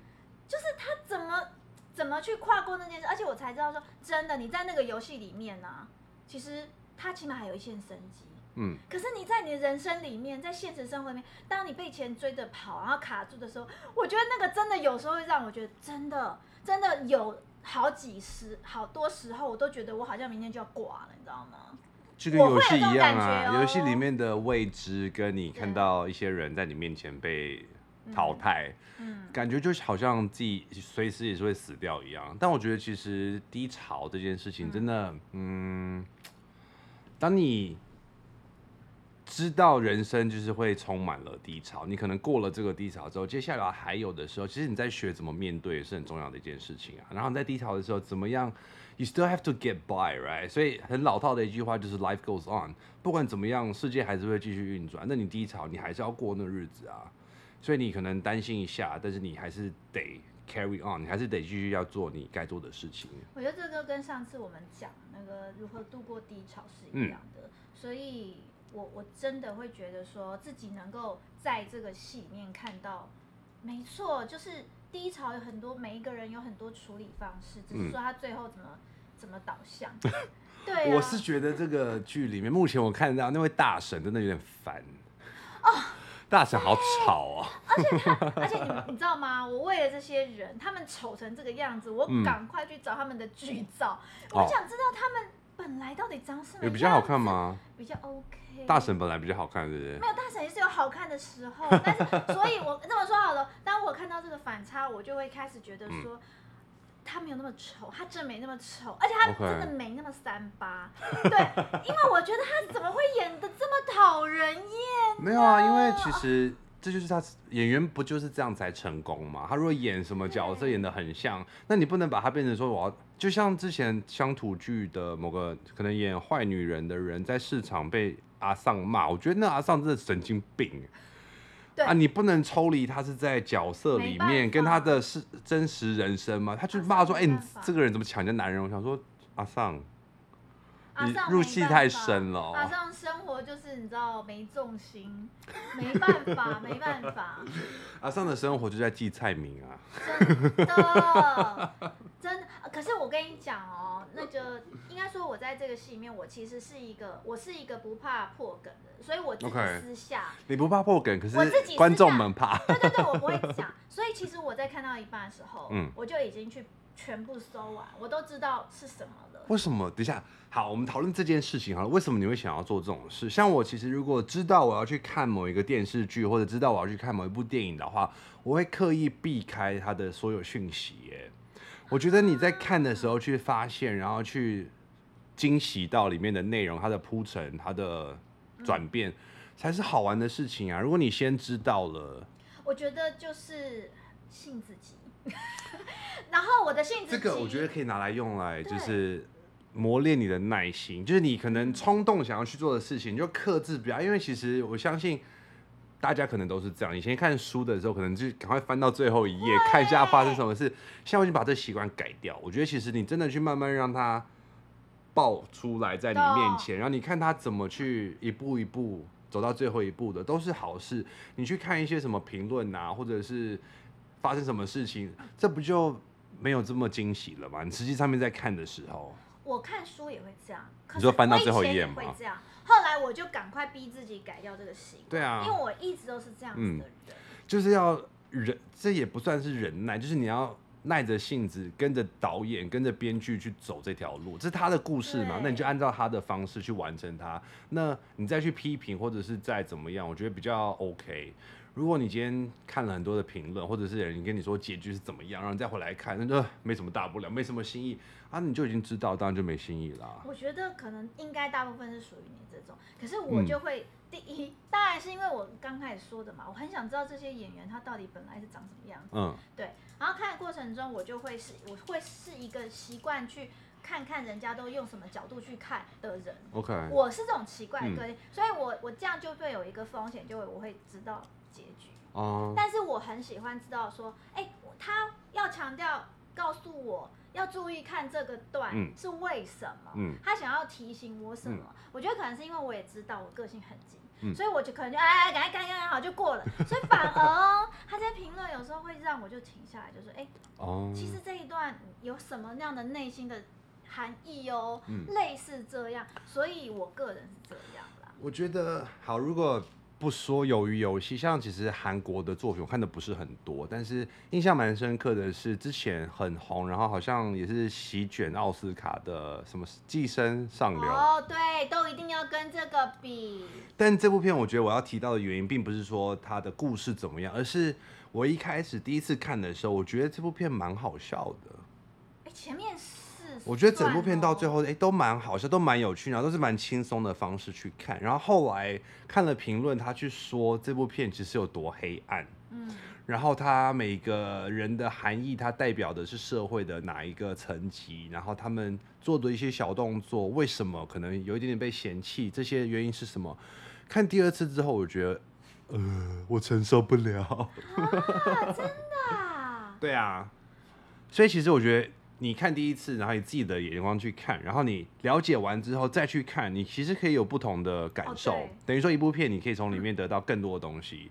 [SPEAKER 2] 就是他怎么怎么去跨过那件事，而且我才知道说，真的你在那个游戏里面呢、啊其实他起码还有一线生机。
[SPEAKER 1] 嗯，
[SPEAKER 2] 可是你在你的人生里面，在现实生活里面，当你被钱追着跑，然后卡住的时候，我觉得那个真的有时候会让我觉得真的真的有好几十好多时候，我都觉得我好像明天就要挂了，你知道吗？
[SPEAKER 1] 就跟
[SPEAKER 2] 我会
[SPEAKER 1] 游戏
[SPEAKER 2] 有这
[SPEAKER 1] 一
[SPEAKER 2] 种
[SPEAKER 1] 样
[SPEAKER 2] 感觉
[SPEAKER 1] 啊，
[SPEAKER 2] 哦
[SPEAKER 1] 游戏里面的未知跟你看
[SPEAKER 2] 对
[SPEAKER 1] 到一些人在你面前被淘汰，
[SPEAKER 2] 嗯
[SPEAKER 1] 感觉就好像自己随时也是会死掉一样。但我觉得其实低潮这件事情真的，嗯，当你知道人生就是会充满了低潮，你可能过了这个低潮之后，接下来还有的时候，其实你在学怎么面对也是很重要的一件事情啊。然后你在低潮的时候，怎么样？You still have to get by, right？所以很老套的一句话就是 “Life goes on”，不管怎么样，世界还是会继续运转。那你低潮，你还是要过那日子啊。所以你可能担心一下，但是你还是得 carry on，你还是得继续要做你该做的事情。
[SPEAKER 2] 我觉得这个跟上次我们讲那个如何度过低潮是一样
[SPEAKER 1] 嗯
[SPEAKER 2] 的，所以我我真的会觉得说自己能够在这个戏里面看到，没错，就是低潮有很多，每一个人有很多处理方式，只
[SPEAKER 1] 嗯
[SPEAKER 2] 是说他最后怎么、怎么导 向。对、啊，
[SPEAKER 1] 我是觉得这个剧里面，目前我看到那位大婶真的有点烦。
[SPEAKER 2] 哦
[SPEAKER 1] 大婶好吵哦。
[SPEAKER 2] 而且你们你知道吗？我为了这些人，他们丑成这个样子，我
[SPEAKER 1] 嗯
[SPEAKER 2] 赶快去找他们的剧照，
[SPEAKER 1] 哦
[SPEAKER 2] 我想知道他们本来到底长什么
[SPEAKER 1] 有
[SPEAKER 2] 样，
[SPEAKER 1] 比较好看？吗？
[SPEAKER 2] 比较 OK。
[SPEAKER 1] 大婶本来比较好看，对不对
[SPEAKER 2] 没？有大婶也是有好看的 时候，但是所以我这么说好了，当我看到这个反差，我就会开始觉得说。
[SPEAKER 1] 嗯
[SPEAKER 2] 他没有那么丑，他真没那么丑，而且他
[SPEAKER 1] OK
[SPEAKER 2] 真的没那么三八。对，因为我觉得他怎么会演的这么讨人厌？
[SPEAKER 1] 没有啊，因为其实这就是他演员不就是这样才成功嘛？他如果演什么角色
[SPEAKER 2] 对
[SPEAKER 1] 演的很像，那你不能把他变成说我要就像之前乡土剧的某个可能演坏女人的人在市场被阿丧骂，我觉得那阿丧真的神经病。
[SPEAKER 2] 对
[SPEAKER 1] 啊，你不能抽离他是在角色
[SPEAKER 2] 没
[SPEAKER 1] 里
[SPEAKER 2] 办
[SPEAKER 1] 面跟
[SPEAKER 2] 法
[SPEAKER 1] 他的是真实人生嘛？他就
[SPEAKER 2] 阿
[SPEAKER 1] 骂
[SPEAKER 2] 丧
[SPEAKER 1] 说：“哎、
[SPEAKER 2] 没
[SPEAKER 1] 你
[SPEAKER 2] 办法
[SPEAKER 1] 这个人怎么抢人家男人？”我想说，阿丧，
[SPEAKER 2] 阿
[SPEAKER 1] 你
[SPEAKER 2] 尚
[SPEAKER 1] 入
[SPEAKER 2] 没
[SPEAKER 1] 戏
[SPEAKER 2] 办
[SPEAKER 1] 太
[SPEAKER 2] 法
[SPEAKER 1] 深了哦
[SPEAKER 2] 阿尚生活就是你知道没重心，没办法，没办法。
[SPEAKER 1] 阿丧的生活就在记菜名啊。
[SPEAKER 2] 真的，真的。呃可是我跟你讲哦，那就应该说，我在这个戏里面，我其实是一个，我是一个不怕破梗的人，所以我自己
[SPEAKER 1] OK
[SPEAKER 2] 私下
[SPEAKER 1] 你不怕破梗，可是
[SPEAKER 2] 我自己是
[SPEAKER 1] 观众
[SPEAKER 2] 这样
[SPEAKER 1] 们怕。
[SPEAKER 2] 对对对，我不会讲。所以其实我在看到一半的时候，
[SPEAKER 1] 嗯
[SPEAKER 2] 我就已经去全部搜完，我都知道是什么了。
[SPEAKER 1] 为什么？等一下，好，我们讨论这件事情好了。为什么你会想要做这种事？像我其实如果知道我要去看某一个电视剧，或者知道我要去看某一部电影的话，我会刻意避开它的所有讯息。耶，我觉得你在看的时候去发现，然后去惊喜到里面的内容、它的铺陈、它的转变，才是好玩的事情啊！如果你先知道了，
[SPEAKER 2] 我觉得就是性子急， 然后我的性子
[SPEAKER 1] 这
[SPEAKER 2] 急，
[SPEAKER 1] 个我觉得可以拿来用来
[SPEAKER 2] 对
[SPEAKER 1] 就是磨练你的耐心，就是你可能冲动想要去做的事情，你就克制不要，因为其实我相信。大家可能都是这样，以前看书的时候，可能就赶快翻到最后一页，看一下发生什么事。现在我已经把这习惯改掉，我觉得其实你真的去慢慢让它爆出来在你
[SPEAKER 2] 啊
[SPEAKER 1] 面前，然后你看他怎么去一步一步走到最后一步的，都是好事。你去看一些什么评论啊，或者是发生什么事情，这不就没有这么惊喜了吗？你实际上面在看的时候，
[SPEAKER 2] 我看书也会这样，可
[SPEAKER 1] 你
[SPEAKER 2] 是
[SPEAKER 1] 说
[SPEAKER 2] 我
[SPEAKER 1] 翻到最后
[SPEAKER 2] 以前
[SPEAKER 1] 一页
[SPEAKER 2] 也
[SPEAKER 1] 吗
[SPEAKER 2] 会这样，后来我就赶快逼自己改掉这个习惯。
[SPEAKER 1] 对啊嗯
[SPEAKER 2] 因为我一直都是这样子的人。
[SPEAKER 1] 就是要忍，这也不算是忍耐，就是你要耐着性子，跟着导演、跟着编剧去走这条路，这是他的故事嘛
[SPEAKER 2] 对？
[SPEAKER 1] 那你就按照他的方式去完成它。那你再去批评或者是再怎么样，我觉得比较 OK。如果你今天看了很多的评论，或者是有人跟你说结局是怎么样，然后你再回来看，那就呃没什么大不了，没什么新意啊，你就已经知道，当然就没新意啦、
[SPEAKER 2] 我觉得可能应该大部分是属于你这种，可是我
[SPEAKER 1] 嗯
[SPEAKER 2] 就会、第一，当然是因为我刚开始说的嘛，我很想知道这些演员他到底本来是长什么样子。
[SPEAKER 1] 嗯，
[SPEAKER 2] 对，然后看的过程中，我就会是我会是一个习惯去看看人家都用什么角度去看的人。
[SPEAKER 1] OK，
[SPEAKER 2] 我是这种奇怪的
[SPEAKER 1] 嗯
[SPEAKER 2] 个性，所以我我这样就会有一个风险，就会我会知道结局。
[SPEAKER 1] 哦，
[SPEAKER 2] 但是我很喜欢知道说，哎、我他要强调告诉我要注意看这个段
[SPEAKER 1] 嗯
[SPEAKER 2] 是为什么，
[SPEAKER 1] 嗯
[SPEAKER 2] 他想要提醒我什么？我觉得可能是因为我也知道我个性很急。
[SPEAKER 1] 嗯
[SPEAKER 2] 所以我就可能就哎哎，赶快赶快赶快好 就过了，所以反而哦他在评论有时候会让我就停下来，就说哎、
[SPEAKER 1] 哦，
[SPEAKER 2] 其实这一段有什么样的内心的含义哦，
[SPEAKER 1] 嗯
[SPEAKER 2] 类似这样，所以我个人是这样啦。
[SPEAKER 1] 我觉得好，如果不说鱿鱼游戏，像其实韩国的作品我看的不是很多，但是印象蛮深刻的是之前很红，然后好像也是席卷奥斯卡的什么《寄生上流》
[SPEAKER 2] 哦，对，都一定要跟这个比，
[SPEAKER 1] 但这部片我觉得我要提到的原因，并不是说它的故事怎么样，而是我一开始第一次看的时候，我觉得这部片蛮好笑的。
[SPEAKER 2] 哎，前面是，
[SPEAKER 1] 我觉得整部片到最
[SPEAKER 2] 后，
[SPEAKER 1] 后，哎、都蛮好笑，都蛮有趣，然后都是蛮轻松的方式去看。然后后来看了评论，他去说这部片其实有多黑暗，
[SPEAKER 2] 嗯，
[SPEAKER 1] 然后它每个人的含义，它代表的是社会的哪一个层级，然后他们做的一些小动作，为什么可能有一点点被嫌弃，这些原因是什么？看第二次之后，我觉得，呃，我承受不了。
[SPEAKER 2] 啊，
[SPEAKER 1] 对啊，所以其实我觉得你看第一次，然后以自己的眼光去看，然后你了解完之后再去看，你其实可以有不同的感
[SPEAKER 2] 哦
[SPEAKER 1] 受。
[SPEAKER 2] 对嗯
[SPEAKER 1] 等于说一部片，你可以从里面得到更多的东西，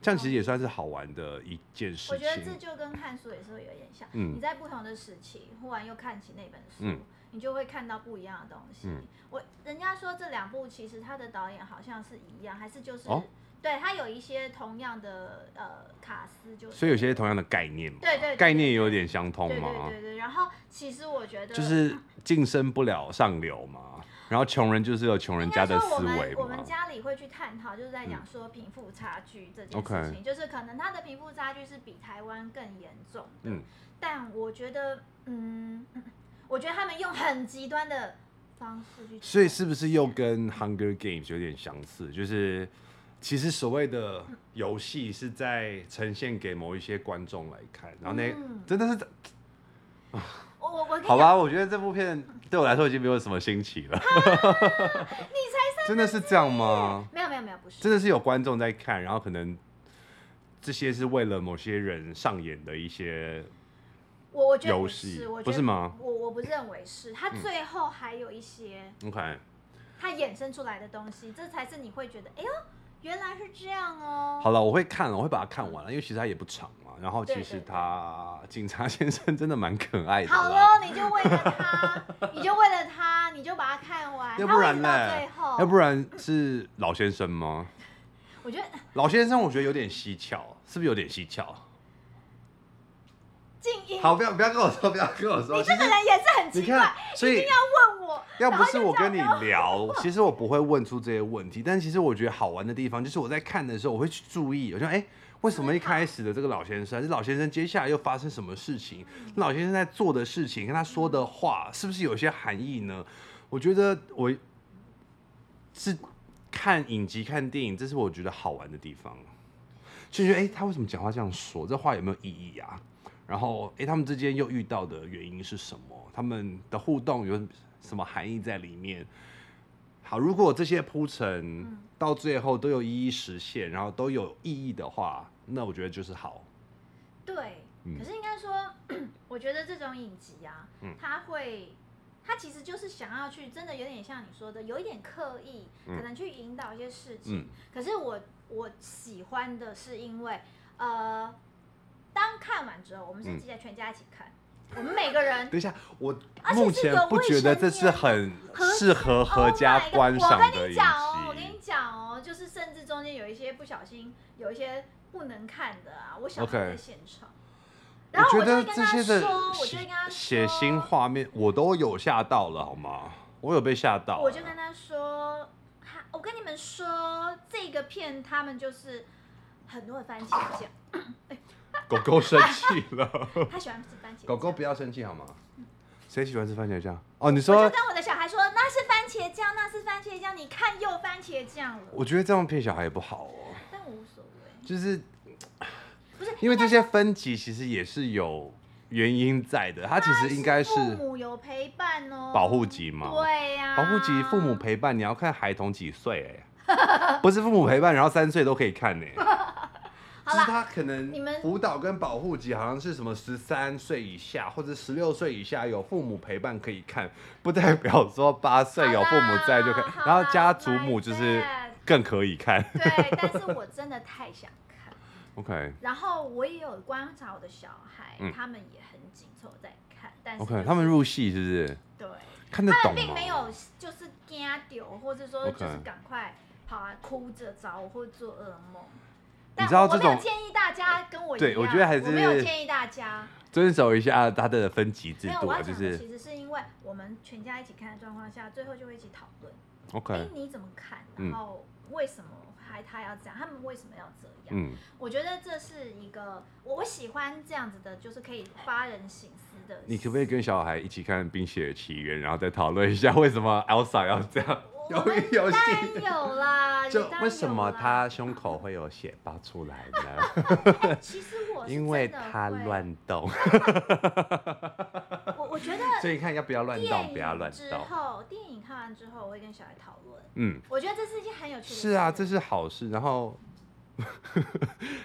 [SPEAKER 1] 这样其实也算是好玩的一件事
[SPEAKER 2] 我
[SPEAKER 1] 情
[SPEAKER 2] 觉。得这就跟看书也是会有点像，
[SPEAKER 1] 嗯
[SPEAKER 2] 你在不同的时期忽然又看起那本书。
[SPEAKER 1] 嗯
[SPEAKER 2] 你就会看到不一样的东西。
[SPEAKER 1] 嗯
[SPEAKER 2] 我人家说这两部其实他的导演好像是一样，还是就是、
[SPEAKER 1] 哦
[SPEAKER 2] 对他有一些同样的呃卡斯就，是。
[SPEAKER 1] 所以有些同样的概念嘛，
[SPEAKER 2] 对对对
[SPEAKER 1] 概念有点相通
[SPEAKER 2] 对
[SPEAKER 1] 嘛，
[SPEAKER 2] 对对对，然后其实我觉 得
[SPEAKER 1] 就是晋升不了上流嘛，然后穷人就是有穷人
[SPEAKER 2] 应
[SPEAKER 1] 家
[SPEAKER 2] 该
[SPEAKER 1] 的
[SPEAKER 2] 说
[SPEAKER 1] 思
[SPEAKER 2] 我
[SPEAKER 1] 维
[SPEAKER 2] 们我
[SPEAKER 1] 嘛嗯
[SPEAKER 2] 们，家里会去探讨，就是在讲说贫富差距这件
[SPEAKER 1] OK
[SPEAKER 2] 事情，就是可能他的贫富差距是比台湾更严重的，
[SPEAKER 1] 嗯
[SPEAKER 2] 但我觉得，嗯， 我觉得他们用很极端的方式去，
[SPEAKER 1] 所以是不是又跟《Hunger Games》有点相似？就是其实所谓的游戏是在呈现给某一些观众来看，然后那、
[SPEAKER 2] 嗯
[SPEAKER 1] 真的是
[SPEAKER 2] 我我我跟你
[SPEAKER 1] 好
[SPEAKER 2] 讲，
[SPEAKER 1] 吧？我觉得这部片对我来说已经没有什么新奇 了。你才真的是这样吗？
[SPEAKER 2] 没有没有没有，不是，
[SPEAKER 1] 真的是有观众在看，然后可能这些是为了某些人上演的一些
[SPEAKER 2] 我我觉得
[SPEAKER 1] 游
[SPEAKER 2] 不
[SPEAKER 1] 戏
[SPEAKER 2] 是，我觉得
[SPEAKER 1] 不是吗？嗯
[SPEAKER 2] 我我不认为是，他最后还有一些
[SPEAKER 1] OK，
[SPEAKER 2] 他衍生出来的东西，这才是你会觉得，哎呦，原来是这样哦。
[SPEAKER 1] 好了，我会看了，我会把它看完了，因为其实它也不长嘛。然后其
[SPEAKER 2] 对
[SPEAKER 1] 实
[SPEAKER 2] 对对
[SPEAKER 1] 他 警察先生真的蛮可爱的
[SPEAKER 2] 好
[SPEAKER 1] 啦，
[SPEAKER 2] 咯，你就为了他，你就为了他，你就把它看完，
[SPEAKER 1] 要不然
[SPEAKER 2] 啊
[SPEAKER 1] 呢
[SPEAKER 2] 他会一直到最后，？
[SPEAKER 1] 要不然是老先生吗？
[SPEAKER 2] 我觉得
[SPEAKER 1] 老先生我觉得有点蹊跷，是不是有点蹊跷？
[SPEAKER 2] 静音，
[SPEAKER 1] 好，不要不要跟我说，不要跟我说，
[SPEAKER 2] 你
[SPEAKER 1] 其
[SPEAKER 2] 这个
[SPEAKER 1] 实
[SPEAKER 2] 人也是很
[SPEAKER 1] 你
[SPEAKER 2] 奇
[SPEAKER 1] 看
[SPEAKER 2] 怪，，
[SPEAKER 1] 所以
[SPEAKER 2] 要问我，
[SPEAKER 1] 要不
[SPEAKER 2] 然后
[SPEAKER 1] 是
[SPEAKER 2] 就
[SPEAKER 1] 我
[SPEAKER 2] 这样
[SPEAKER 1] 跟你
[SPEAKER 2] 然后
[SPEAKER 1] 聊，其实我不会问出这些问题。但其实我觉得好玩的地方，就是我在看的时候，我会去注意，我说，哎、为什么一开始的这个老先生，还是老先生接下来又发生什么事情？老先生在做的事情跟他说的话，是不是有些含义呢？我觉得我是看影集、看电影，这是我觉得好玩的地方。就觉得，哎、他为什么讲话这样说？这话有没有意义啊？然后，哎、他们之间又遇到的原因是什么？他们的互动有什么含义在里面？好，如果这些铺陈
[SPEAKER 2] 嗯
[SPEAKER 1] 到最后都有一一实现，然后都有意义的话，那我觉得就是好。
[SPEAKER 2] 对
[SPEAKER 1] 嗯，
[SPEAKER 2] 可是应该说，我觉得这种影集啊，它会。它其实就是想要去，真的有点像你说的，有一点刻意，
[SPEAKER 1] 嗯
[SPEAKER 2] 可能去引导一些事情。
[SPEAKER 1] 嗯
[SPEAKER 2] 可是我我喜欢的是因为，呃，当看完之后，我们是
[SPEAKER 1] 嗯
[SPEAKER 2] 记得全家一起看，我们每个人
[SPEAKER 1] 等一下，我
[SPEAKER 2] 而且是
[SPEAKER 1] 目前不觉得这是很适合合家观赏
[SPEAKER 2] 我
[SPEAKER 1] 的
[SPEAKER 2] 跟
[SPEAKER 1] 影
[SPEAKER 2] 你讲哦，我跟你
[SPEAKER 1] 集。
[SPEAKER 2] 讲哦，就是甚至中间有一些不小心，有一些不能看的啊，我小孩
[SPEAKER 1] OK
[SPEAKER 2] 在现场。然后
[SPEAKER 1] 觉
[SPEAKER 2] 我就
[SPEAKER 1] 得
[SPEAKER 2] 会跟
[SPEAKER 1] 这
[SPEAKER 2] 他
[SPEAKER 1] 些的
[SPEAKER 2] 说，我就会
[SPEAKER 1] 血
[SPEAKER 2] 跟他说，
[SPEAKER 1] 血腥画面，我都有吓到了，好吗？我有被吓到了。
[SPEAKER 2] 我就跟他说，哈我跟你们说，这个片他们就是很多的番茄酱，
[SPEAKER 1] 狗狗生气 了。
[SPEAKER 2] 他喜欢吃番茄酱。
[SPEAKER 1] 狗狗不要生气好吗？谁喜欢吃番茄酱？哦，你
[SPEAKER 2] 我
[SPEAKER 1] 说
[SPEAKER 2] 就，跟我的小孩说，那是番茄酱，那是番茄酱，你看又番茄酱了，
[SPEAKER 1] 我觉得这样骗小孩也不好哦，
[SPEAKER 2] 但我无所谓，
[SPEAKER 1] 就是
[SPEAKER 2] 不是
[SPEAKER 1] 因为这些分级其实也是有原因在的，它其实应该是
[SPEAKER 2] 父母啊有陪伴哦，
[SPEAKER 1] 保护级嘛。
[SPEAKER 2] 对呀、
[SPEAKER 1] 保护级哦父母陪伴，你要看孩童几岁哎、 不是父母陪伴，然后三岁都可以看欸呢、就是
[SPEAKER 2] 好啦
[SPEAKER 1] 他可能
[SPEAKER 2] 你们
[SPEAKER 1] 辅导跟保护级好像是什么十三岁以下或者十六岁以下有父母陪伴可以看，不代表说八岁有父母在就可以
[SPEAKER 2] 好啦，
[SPEAKER 1] 然后
[SPEAKER 2] 好
[SPEAKER 1] 加
[SPEAKER 2] 啦
[SPEAKER 1] 祖母就是
[SPEAKER 2] my
[SPEAKER 1] 更可以看。
[SPEAKER 2] bad 对，但是我真的太想看。
[SPEAKER 1] OK
[SPEAKER 2] 然后我也有观察我的小孩，
[SPEAKER 1] 嗯
[SPEAKER 2] 他们也很紧凑在看，但是、
[SPEAKER 1] OK，他们入戏是不是
[SPEAKER 2] 对，
[SPEAKER 1] 看得
[SPEAKER 2] 他
[SPEAKER 1] 懂哦
[SPEAKER 2] 们并
[SPEAKER 1] 吗
[SPEAKER 2] 没有就是惊丢，或者说
[SPEAKER 1] OK
[SPEAKER 2] 就是赶快跑来哭着找或做噩梦。
[SPEAKER 1] 你
[SPEAKER 2] 但
[SPEAKER 1] 知道
[SPEAKER 2] 我
[SPEAKER 1] 这
[SPEAKER 2] 没有
[SPEAKER 1] 种
[SPEAKER 2] 建议大家跟我一
[SPEAKER 1] 对
[SPEAKER 2] 样
[SPEAKER 1] 我觉得还
[SPEAKER 2] 我没有
[SPEAKER 1] 是
[SPEAKER 2] 建议大家。
[SPEAKER 1] 遵守一下他的分级制
[SPEAKER 2] 没有，
[SPEAKER 1] 度
[SPEAKER 2] 我要
[SPEAKER 1] 啊，就
[SPEAKER 2] 讲
[SPEAKER 1] 是
[SPEAKER 2] 的其实是因为我们全家一起看的状况下，最后就会一起讨论，哎
[SPEAKER 1] OK，，
[SPEAKER 2] 你怎么看？
[SPEAKER 1] 嗯
[SPEAKER 2] 然后为什么还他要这样？他们为什么要这样？
[SPEAKER 1] 嗯
[SPEAKER 2] 我觉得这是一个我我喜欢这样子的，就是可以发人省思的。
[SPEAKER 1] 你可不可以跟小孩一起看《冰雪奇缘》，然后再讨论一下为什么 Elsa 要这 样
[SPEAKER 2] 我
[SPEAKER 1] 有
[SPEAKER 2] 我们
[SPEAKER 1] 有
[SPEAKER 2] 当
[SPEAKER 1] 戏？
[SPEAKER 2] 然有啦，
[SPEAKER 1] 就
[SPEAKER 2] 也当然有啦
[SPEAKER 1] 为什么他胸口会有血爆出来呢？
[SPEAKER 2] 其实哦我是
[SPEAKER 1] 因为
[SPEAKER 2] 真的
[SPEAKER 1] 他
[SPEAKER 2] 会，
[SPEAKER 1] 乱动，
[SPEAKER 2] 我 我觉得
[SPEAKER 1] 所以看要不要乱
[SPEAKER 2] 电
[SPEAKER 1] 动，不要
[SPEAKER 2] 影
[SPEAKER 1] 乱
[SPEAKER 2] 之
[SPEAKER 1] 动。
[SPEAKER 2] 后，电影看完之后，我会跟小孩讨论。
[SPEAKER 1] 嗯，
[SPEAKER 2] 我觉得这是一件很有趣的事。
[SPEAKER 1] 是啊，这是好事。然后，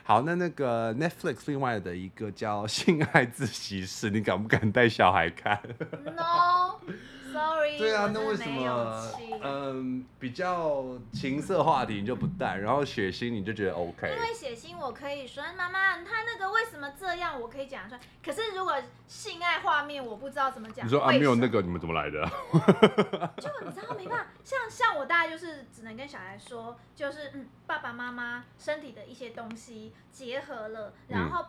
[SPEAKER 1] 好，那那个 Netflix 另外的一个叫《性爱自习室》，你敢不敢带小孩看？
[SPEAKER 2] No，Sorry，
[SPEAKER 1] 对啊
[SPEAKER 2] 我，真
[SPEAKER 1] 那
[SPEAKER 2] 的
[SPEAKER 1] 为什
[SPEAKER 2] 没
[SPEAKER 1] 么
[SPEAKER 2] 有气
[SPEAKER 1] 嗯比较情色话题你就不带，然后血腥你就觉得 OK？
[SPEAKER 2] 因为写信我可以说妈妈，他那个为什么这样，我可以讲出来。可是如果性爱画面，我不知道怎么讲。
[SPEAKER 1] 你说啊没有那个
[SPEAKER 2] 个，
[SPEAKER 1] 你们怎么来 的？啊
[SPEAKER 2] 就你知道没办法，像像我大概就是只能跟小孩说，就是嗯，爸爸妈妈身体的一些东西结合了，然后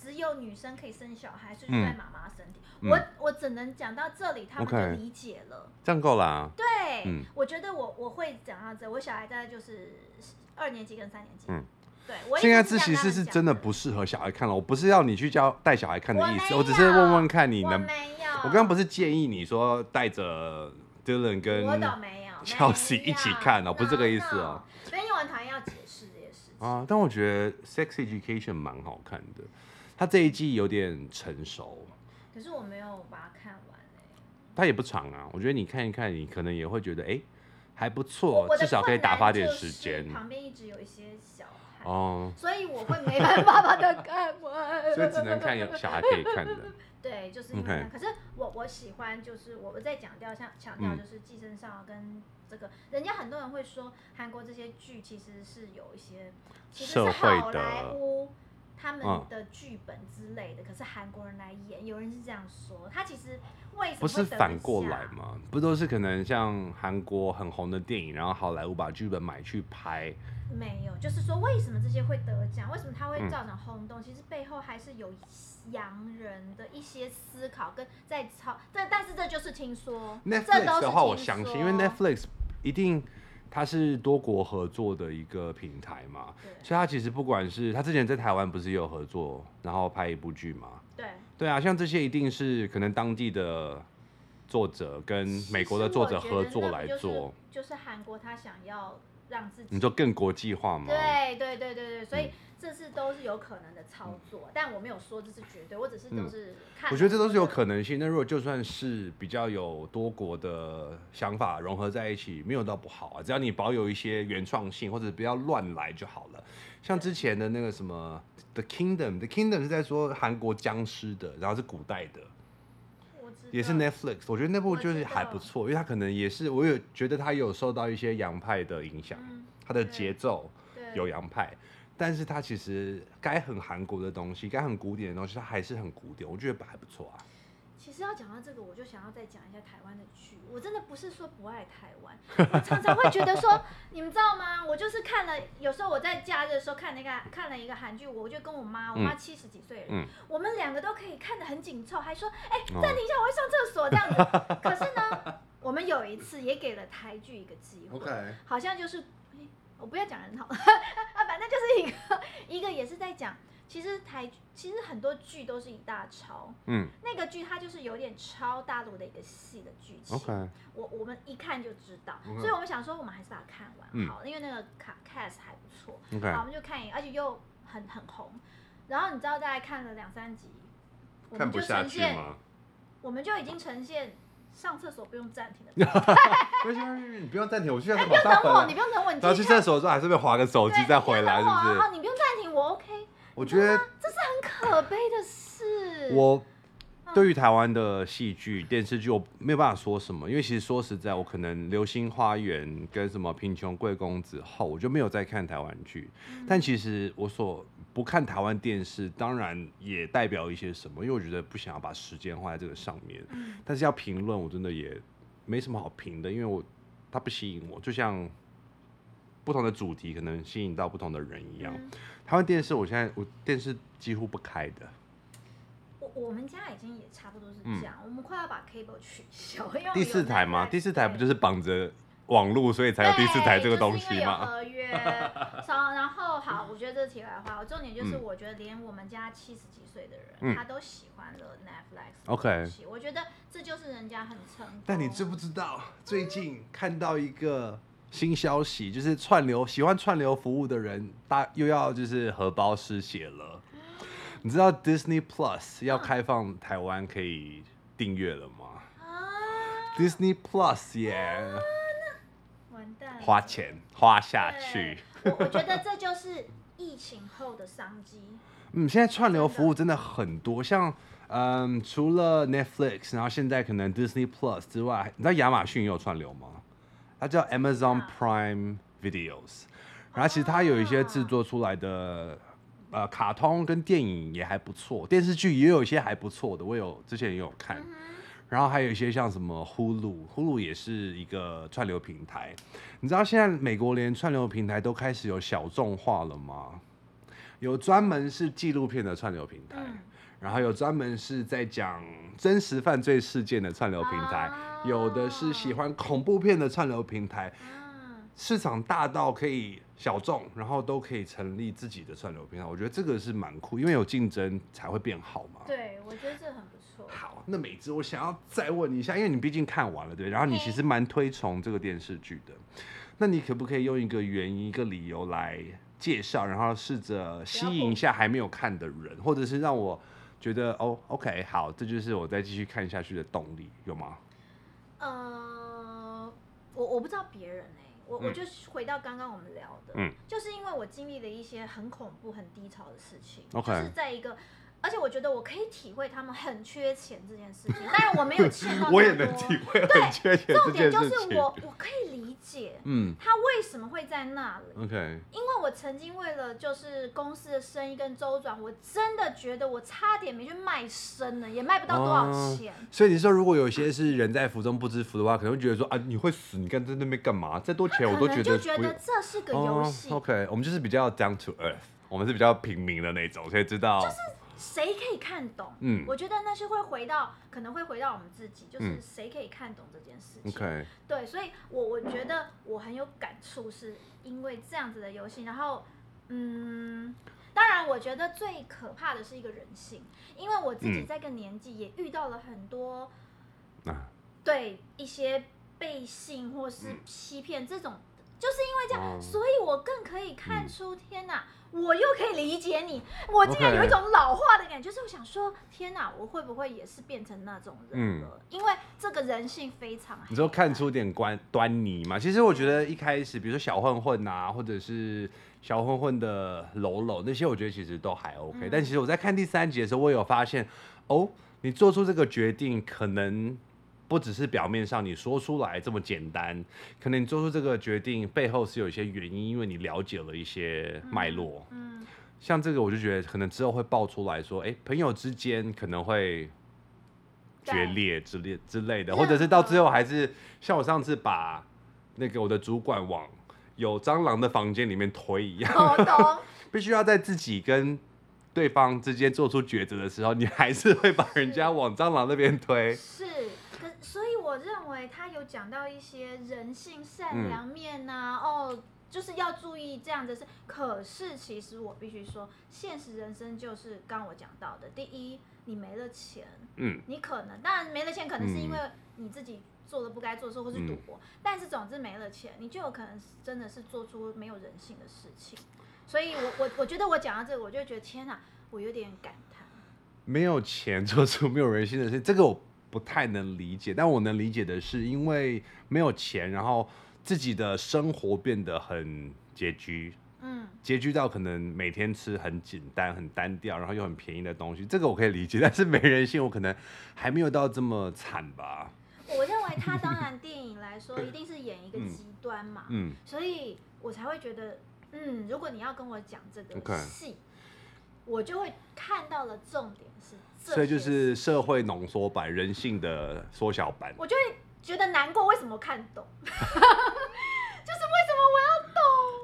[SPEAKER 2] 只有女生可以生小孩，所以就在妈妈身体。
[SPEAKER 1] 嗯嗯
[SPEAKER 2] 我我只能讲到这里，他们
[SPEAKER 1] OK
[SPEAKER 2] 就理解了。
[SPEAKER 1] 这样够啦。
[SPEAKER 2] 对，
[SPEAKER 1] 嗯
[SPEAKER 2] 我觉得我我会讲到这，我小孩大概就是二年级跟三年级。
[SPEAKER 1] 嗯
[SPEAKER 2] 对，我一直
[SPEAKER 1] 性爱
[SPEAKER 2] 是这
[SPEAKER 1] 自
[SPEAKER 2] 样
[SPEAKER 1] 习
[SPEAKER 2] 跟他
[SPEAKER 1] 室
[SPEAKER 2] 们
[SPEAKER 1] 是
[SPEAKER 2] 讲啊
[SPEAKER 1] 真的不适合小孩看了，我不是要你去教带小孩看的意思，
[SPEAKER 2] 我没有
[SPEAKER 1] 我只是问问看你
[SPEAKER 2] 我
[SPEAKER 1] 能。
[SPEAKER 2] 没有，
[SPEAKER 1] 我刚刚不是建议你说带着 Dylan 跟
[SPEAKER 2] 我倒没有，
[SPEAKER 1] Chelsea 一起看哦
[SPEAKER 2] 哦，
[SPEAKER 1] 不是这个意思哦
[SPEAKER 2] no，no。所以我很讨厌要解释这些事情。
[SPEAKER 1] 啊，但我觉得 Sex Education 蛮好看的，他这一季有点成熟，
[SPEAKER 2] 可是我没有把它看完欸
[SPEAKER 1] 它也不长啊。我觉得你看一看，你可能也会觉得哎、诶还不
[SPEAKER 2] 我
[SPEAKER 1] 错
[SPEAKER 2] 我，的
[SPEAKER 1] 至少可以
[SPEAKER 2] 困难
[SPEAKER 1] 打发点
[SPEAKER 2] 就是
[SPEAKER 1] 时间
[SPEAKER 2] 旁边一直有一些小孩，
[SPEAKER 1] 哦，
[SPEAKER 2] 所以我会没办法把它看完，
[SPEAKER 1] 所以只能看有小孩可以 看的。
[SPEAKER 2] 对，就是因为那样
[SPEAKER 1] OK
[SPEAKER 2] 可是我我喜欢，就是我我在强调像强调
[SPEAKER 1] 嗯
[SPEAKER 2] 就是《寄生上流》啊跟这个，人家很多人会说韩国这些剧其实是有一些，其实是
[SPEAKER 1] 社会
[SPEAKER 2] 好
[SPEAKER 1] 的
[SPEAKER 2] 莱坞他们
[SPEAKER 1] 嗯
[SPEAKER 2] 的剧本之类的，可是韩国人来演，有人是这样说，他其实为什么
[SPEAKER 1] 不是
[SPEAKER 2] 会得
[SPEAKER 1] 反
[SPEAKER 2] 得
[SPEAKER 1] 过
[SPEAKER 2] 下
[SPEAKER 1] 来？吗？不都是可能像韩国很红的电影，然后好莱坞把剧本买去拍，
[SPEAKER 2] 没有，就是说为什么这些会得奖，为什么它会
[SPEAKER 1] 嗯
[SPEAKER 2] 造成轰动？其实背后还是有洋人的一些思考跟在操，但但是这就是听说
[SPEAKER 1] Netflix
[SPEAKER 2] 这
[SPEAKER 1] 的
[SPEAKER 2] 都
[SPEAKER 1] 话，
[SPEAKER 2] 是
[SPEAKER 1] 我
[SPEAKER 2] 听
[SPEAKER 1] 相信，
[SPEAKER 2] 说
[SPEAKER 1] 因为 Netflix 一定它是多国合作的一个平台嘛，
[SPEAKER 2] 对
[SPEAKER 1] 所以它其实不管是它之前在台湾不是也有合作，然后拍一部剧嘛，
[SPEAKER 2] 对。
[SPEAKER 1] 对啊，像这些一定是可能当地的作者跟
[SPEAKER 2] 其实
[SPEAKER 1] 美国的作者
[SPEAKER 2] 我觉得
[SPEAKER 1] 合作
[SPEAKER 2] 那不
[SPEAKER 1] 来
[SPEAKER 2] 就是
[SPEAKER 1] 做，
[SPEAKER 2] 就是韩国他想要让自己，
[SPEAKER 1] 你说更国际化吗？
[SPEAKER 2] 对对对对对，所以
[SPEAKER 1] 嗯
[SPEAKER 2] 这是都是有可能的操作，但我没有说这是绝对，我只是都是看，
[SPEAKER 1] 嗯我觉得这都是有可能性。那如果就算是比较有多国的想法融合在一起，没有到不好啊，只要你保有一些原创性，或者不要乱来就好了。像之前的那个什么《The Kingdom》，《The Kingdom》是在说韩国僵尸的，然后是古代的，
[SPEAKER 2] 我知道
[SPEAKER 1] 也是 Netflix。我觉得那部
[SPEAKER 2] 我
[SPEAKER 1] 就是
[SPEAKER 2] 知道
[SPEAKER 1] 还不错，因为它可能也是我有觉得它有受到一些洋派的影响，
[SPEAKER 2] 嗯
[SPEAKER 1] 它的
[SPEAKER 2] 对
[SPEAKER 1] 节奏
[SPEAKER 2] 对
[SPEAKER 1] 有洋派。但是它其实该很韩国的东西，该很古典的东西，它还是很古典，我觉得还不错啊。
[SPEAKER 2] 其实要讲到这个，我就想要再讲一下台湾的剧。我真的不是说不爱台 湾，我常常会觉得说，你们知道吗？我就是看了，有时候我在假日的时候看了一个看了一个韩剧，我就跟我妈，我妈七十几岁了，
[SPEAKER 1] 嗯
[SPEAKER 2] 我们两个都可以看得很紧凑，还说，哎、
[SPEAKER 1] 哦
[SPEAKER 2] 暂停一下，我会上厕所这样子。可是呢，我们有一次也给了台剧一个机会。好像就是，诶我不要讲人好 啊，反正就是一个一个也是在讲，其实台其实很多剧都是一大抄，
[SPEAKER 1] 嗯
[SPEAKER 2] 那个剧它就是有点抄大陆的一个戏的剧情。
[SPEAKER 1] ，OK，
[SPEAKER 2] 我我们一看就知道
[SPEAKER 1] OK
[SPEAKER 2] 所以我们想说我们还是把它看
[SPEAKER 1] 嗯
[SPEAKER 2] 完好了，因为那个卡 cast 还不错
[SPEAKER 1] OK
[SPEAKER 2] 好，我们就看一，而且又很很红。然后你知道大概看了两三集，我
[SPEAKER 1] 看
[SPEAKER 2] 们
[SPEAKER 1] 不
[SPEAKER 2] 就
[SPEAKER 1] 下
[SPEAKER 2] 呈
[SPEAKER 1] 去
[SPEAKER 2] 现，
[SPEAKER 1] 吗？
[SPEAKER 2] 我们就已经呈现上厕所不用暂停的。
[SPEAKER 1] 不行不行，你不用暂停，我去厕
[SPEAKER 2] 哎，
[SPEAKER 1] 所
[SPEAKER 2] 不
[SPEAKER 1] 马
[SPEAKER 2] 用
[SPEAKER 1] 上
[SPEAKER 2] 等
[SPEAKER 1] 回
[SPEAKER 2] 我，
[SPEAKER 1] 来。
[SPEAKER 2] 你不用等我，你
[SPEAKER 1] 然后去
[SPEAKER 2] 继续
[SPEAKER 1] 厕
[SPEAKER 2] 看
[SPEAKER 1] 所的时候还是会划个手机
[SPEAKER 2] 对
[SPEAKER 1] 再
[SPEAKER 2] 你不
[SPEAKER 1] 回
[SPEAKER 2] 用
[SPEAKER 1] 来，
[SPEAKER 2] 等
[SPEAKER 1] 是
[SPEAKER 2] 我啊
[SPEAKER 1] 不是
[SPEAKER 2] 哦，？你不用暂停，我 OK。
[SPEAKER 1] 我觉得
[SPEAKER 2] 很可悲的事。
[SPEAKER 1] 我对于台湾的戏剧、电视剧，我没有办法说什么，因为其实说实在，我可能《流星花园》跟什么《贫穷贵公子》后，我就没有再看台湾剧。
[SPEAKER 2] 嗯
[SPEAKER 1] 但其实我所不看台湾电视，当然也代表一些什么，因为我觉得不想要把时间花在这个上面。
[SPEAKER 2] 嗯
[SPEAKER 1] 但是要评论，我真的也没什么好评的，因为我它不吸引我，就像不同的主题可能吸引到不同的人一样。
[SPEAKER 2] 嗯
[SPEAKER 1] 台湾电视，我现在我电视几乎不开的。
[SPEAKER 2] 哦我我们家已经也差不多是这样，我们快要把 cable 取消，因为我
[SPEAKER 1] 嗯第
[SPEAKER 2] 有
[SPEAKER 1] 四
[SPEAKER 2] 在
[SPEAKER 1] 台吗？
[SPEAKER 2] 看
[SPEAKER 1] 第四台不就是
[SPEAKER 2] 对
[SPEAKER 1] 是绑着网络，所以才有第四台这个
[SPEAKER 2] 对
[SPEAKER 1] 东
[SPEAKER 2] 就是因
[SPEAKER 1] 西
[SPEAKER 2] 为有
[SPEAKER 1] 吗？
[SPEAKER 2] 合约，然然后好，我觉得这题外话，重点就是
[SPEAKER 1] 嗯
[SPEAKER 2] 我觉得连我们家七十几岁的人，
[SPEAKER 1] 嗯
[SPEAKER 2] 他都喜欢了 Netflix 的
[SPEAKER 1] OK
[SPEAKER 2] 东西我觉得这就是人家很成功。
[SPEAKER 1] 但你知不知道，最近看到一个新消息，就是串流喜欢串流服务的人，大又要就是荷包失血了。你知道 Disney Plus 要开放台湾可以订阅了吗
[SPEAKER 2] 啊，
[SPEAKER 1] ？Disney Plus 耶，
[SPEAKER 2] 完蛋了，
[SPEAKER 1] 花钱花下去
[SPEAKER 2] 对。我我觉得这就是疫情后的商 机。
[SPEAKER 1] 嗯，现在串流服务真的很多，像嗯，除了 Netflix，然后现在可能 Disney Plus 之外，你知道亚马逊也有串流吗？它叫 Amazon
[SPEAKER 2] 啊
[SPEAKER 1] Prime Videos，然后其实它有一些制作出来的。呃，卡通跟电影也还不错，电视剧也有一些还不错的，我有之前也有看。
[SPEAKER 2] 嗯哼
[SPEAKER 1] 然后还有一些像什么 Hulu，Hulu 也是一个串流平台。你知道现在美国连串流平台都开始有小众化了吗？有专门是纪录片的串流平台，
[SPEAKER 2] 嗯
[SPEAKER 1] 然后有专门是在讲真实犯罪事件的串流平台，
[SPEAKER 2] 啊
[SPEAKER 1] 有的是喜欢恐怖片的串流平台。
[SPEAKER 2] 嗯
[SPEAKER 1] 市场大到可以小众，然后都可以成立自己的串流平台，我觉得这个是蛮酷，因为有竞争才会变好嘛。
[SPEAKER 2] 对，我觉得这很不错。
[SPEAKER 1] 好，那美姿，我想要再问你一下，因为你毕竟看完了，对，然后你
[SPEAKER 2] 嘿
[SPEAKER 1] 其实蛮推崇这个电视剧的，那你可不可以用一个原因、一个理由来介绍，然后试着吸引一下还没有看的人，或者是让我觉得哦，OK，好，这就是我再继续看下去的动力，有 吗？
[SPEAKER 2] 呃，我我不知道别人哎、我、我
[SPEAKER 1] 嗯
[SPEAKER 2] 就回到刚刚我们聊的，
[SPEAKER 1] 嗯
[SPEAKER 2] 就是因为我经历了一些很恐怖、很低潮的事情
[SPEAKER 1] OK
[SPEAKER 2] 就是在一个，而且我觉得我可以体会他们很缺钱这件事情，当然我没有欠 到那么多，
[SPEAKER 1] 会很缺钱
[SPEAKER 2] 哦重点就是我我可以理解
[SPEAKER 1] 嗯
[SPEAKER 2] 他为什么会在那里。
[SPEAKER 1] ，OK，
[SPEAKER 2] 因为我曾经为了就是公司的生意跟周转，我真的觉得我差点没去卖身了，也卖不到多
[SPEAKER 1] 哦
[SPEAKER 2] 少钱。
[SPEAKER 1] 所以你说，如果有些是人在福中不知福的话，可能会觉得说啊，你会死，你干在那边干嘛？再多钱我都
[SPEAKER 2] 可
[SPEAKER 1] 觉
[SPEAKER 2] 能
[SPEAKER 1] 得不
[SPEAKER 2] 就
[SPEAKER 1] 哦用
[SPEAKER 2] 觉得这是个游戏，
[SPEAKER 1] o k 我们就是比较 down to earth，我们是比较平民的那种，所以知道。
[SPEAKER 2] 谁可以看懂？
[SPEAKER 1] 嗯
[SPEAKER 2] 我觉得那是会回到，可能会回到我们自己，就是
[SPEAKER 1] 嗯
[SPEAKER 2] 谁可以看懂这件事情。
[SPEAKER 1] OK，
[SPEAKER 2] 对，所以我我觉得我很有感触，是因为这样子的游戏。然后，嗯，当然，我觉得最可怕的是一个人性，因为我自己
[SPEAKER 1] 嗯
[SPEAKER 2] 在个年纪也遇到了很多、
[SPEAKER 1] 啊，
[SPEAKER 2] 对一些背信或是欺骗、这种，就是因为这样，
[SPEAKER 1] 嗯哦嗯
[SPEAKER 2] 所以我更可以看出，天哪，我又可以理解你，我竟然
[SPEAKER 1] OK
[SPEAKER 2] 有一种老化的感觉，就是我想说，天哪，我会不会也是变成那种人了？因为这个人性非常黑
[SPEAKER 1] 嗯你说看出点端端倪嘛？其实我觉得一开始，比如说小混混啊，或者是小混混的喽喽那些，我觉得其实都还 OK、
[SPEAKER 2] 嗯
[SPEAKER 1] 但其实我在看第三集的时候，我有发现，哦，你做出这个决定，可能不只是表面上你说出来这么简单，可能你做出这个决定背后是有一些原因，因为你了解了一些脉络。
[SPEAKER 2] 嗯，
[SPEAKER 1] 像这个，我就觉得可能之后会爆出来说，哎、朋友之间可能会决裂之类之类的，
[SPEAKER 2] 任
[SPEAKER 1] 或
[SPEAKER 2] 何
[SPEAKER 1] 者是到最后还是像我上次把那个我的主管往有蟑螂的房间里面推一样，
[SPEAKER 2] 我懂。
[SPEAKER 1] 必须要在自己跟对方之间做出抉择的时候，你还是会把人家往蟑螂那边推。
[SPEAKER 2] 是，可所以我认为他有讲到一些人性
[SPEAKER 1] 嗯
[SPEAKER 2] 善良面呐、哦，就是要注意这样的事。可是其实我必须说，现实人生就是刚我讲到的，第一，你没了钱，
[SPEAKER 1] 嗯，
[SPEAKER 2] 你可能当然没了钱，可能是因
[SPEAKER 1] 嗯
[SPEAKER 2] 为你自己做了不该做的事或是赌
[SPEAKER 1] 嗯
[SPEAKER 2] 博，但是总之没了钱，你就有可能是真的是做出没有人性的事情。所以我我我觉得我讲到这个，我就觉得天哪，我有点感叹。
[SPEAKER 1] 没有钱做出没有人性的事，这个我不太能理解。但我能理解的是，因为没有钱，然后自己的生活变得很拮据，
[SPEAKER 2] 嗯，
[SPEAKER 1] 拮据到可能每天吃很简单、很单调，然后又很便宜的东西，这个我可以理解。但是没人性，我可能还没有到这么惨吧。
[SPEAKER 2] 我认为他当然电影来说一定是演一个极端嘛，
[SPEAKER 1] 嗯，
[SPEAKER 2] 所以我才会觉得，嗯，如果你要跟我讲这个
[SPEAKER 1] OK
[SPEAKER 2] 戏我就会看到了重点是这，
[SPEAKER 1] 所以就，是社会浓缩版、人性的缩小版。
[SPEAKER 2] 我就会觉得难过，为什么看懂？ 就是为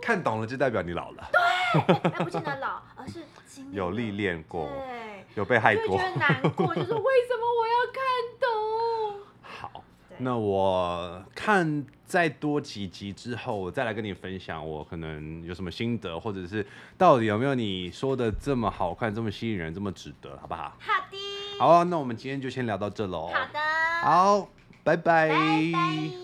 [SPEAKER 1] 看懂了就代表你老了，
[SPEAKER 2] 什么我要，哎，不见得老，而是经历
[SPEAKER 1] 有
[SPEAKER 2] 了
[SPEAKER 1] 历练过，
[SPEAKER 2] 对，
[SPEAKER 1] 有被害
[SPEAKER 2] 就会
[SPEAKER 1] 过
[SPEAKER 2] 觉。得难过，就是为什么我要看懂？
[SPEAKER 1] 好，
[SPEAKER 2] 对
[SPEAKER 1] 那我看再多几集之后，我再来跟你分享我可能有什么心得，或者是到底有没有你说的这么好看、这么吸引人、这么值得，好不好？啊
[SPEAKER 2] 好的，
[SPEAKER 1] 好，那我们今天就先聊到这喽。
[SPEAKER 2] 好的，
[SPEAKER 1] 好，拜拜
[SPEAKER 2] 拜拜。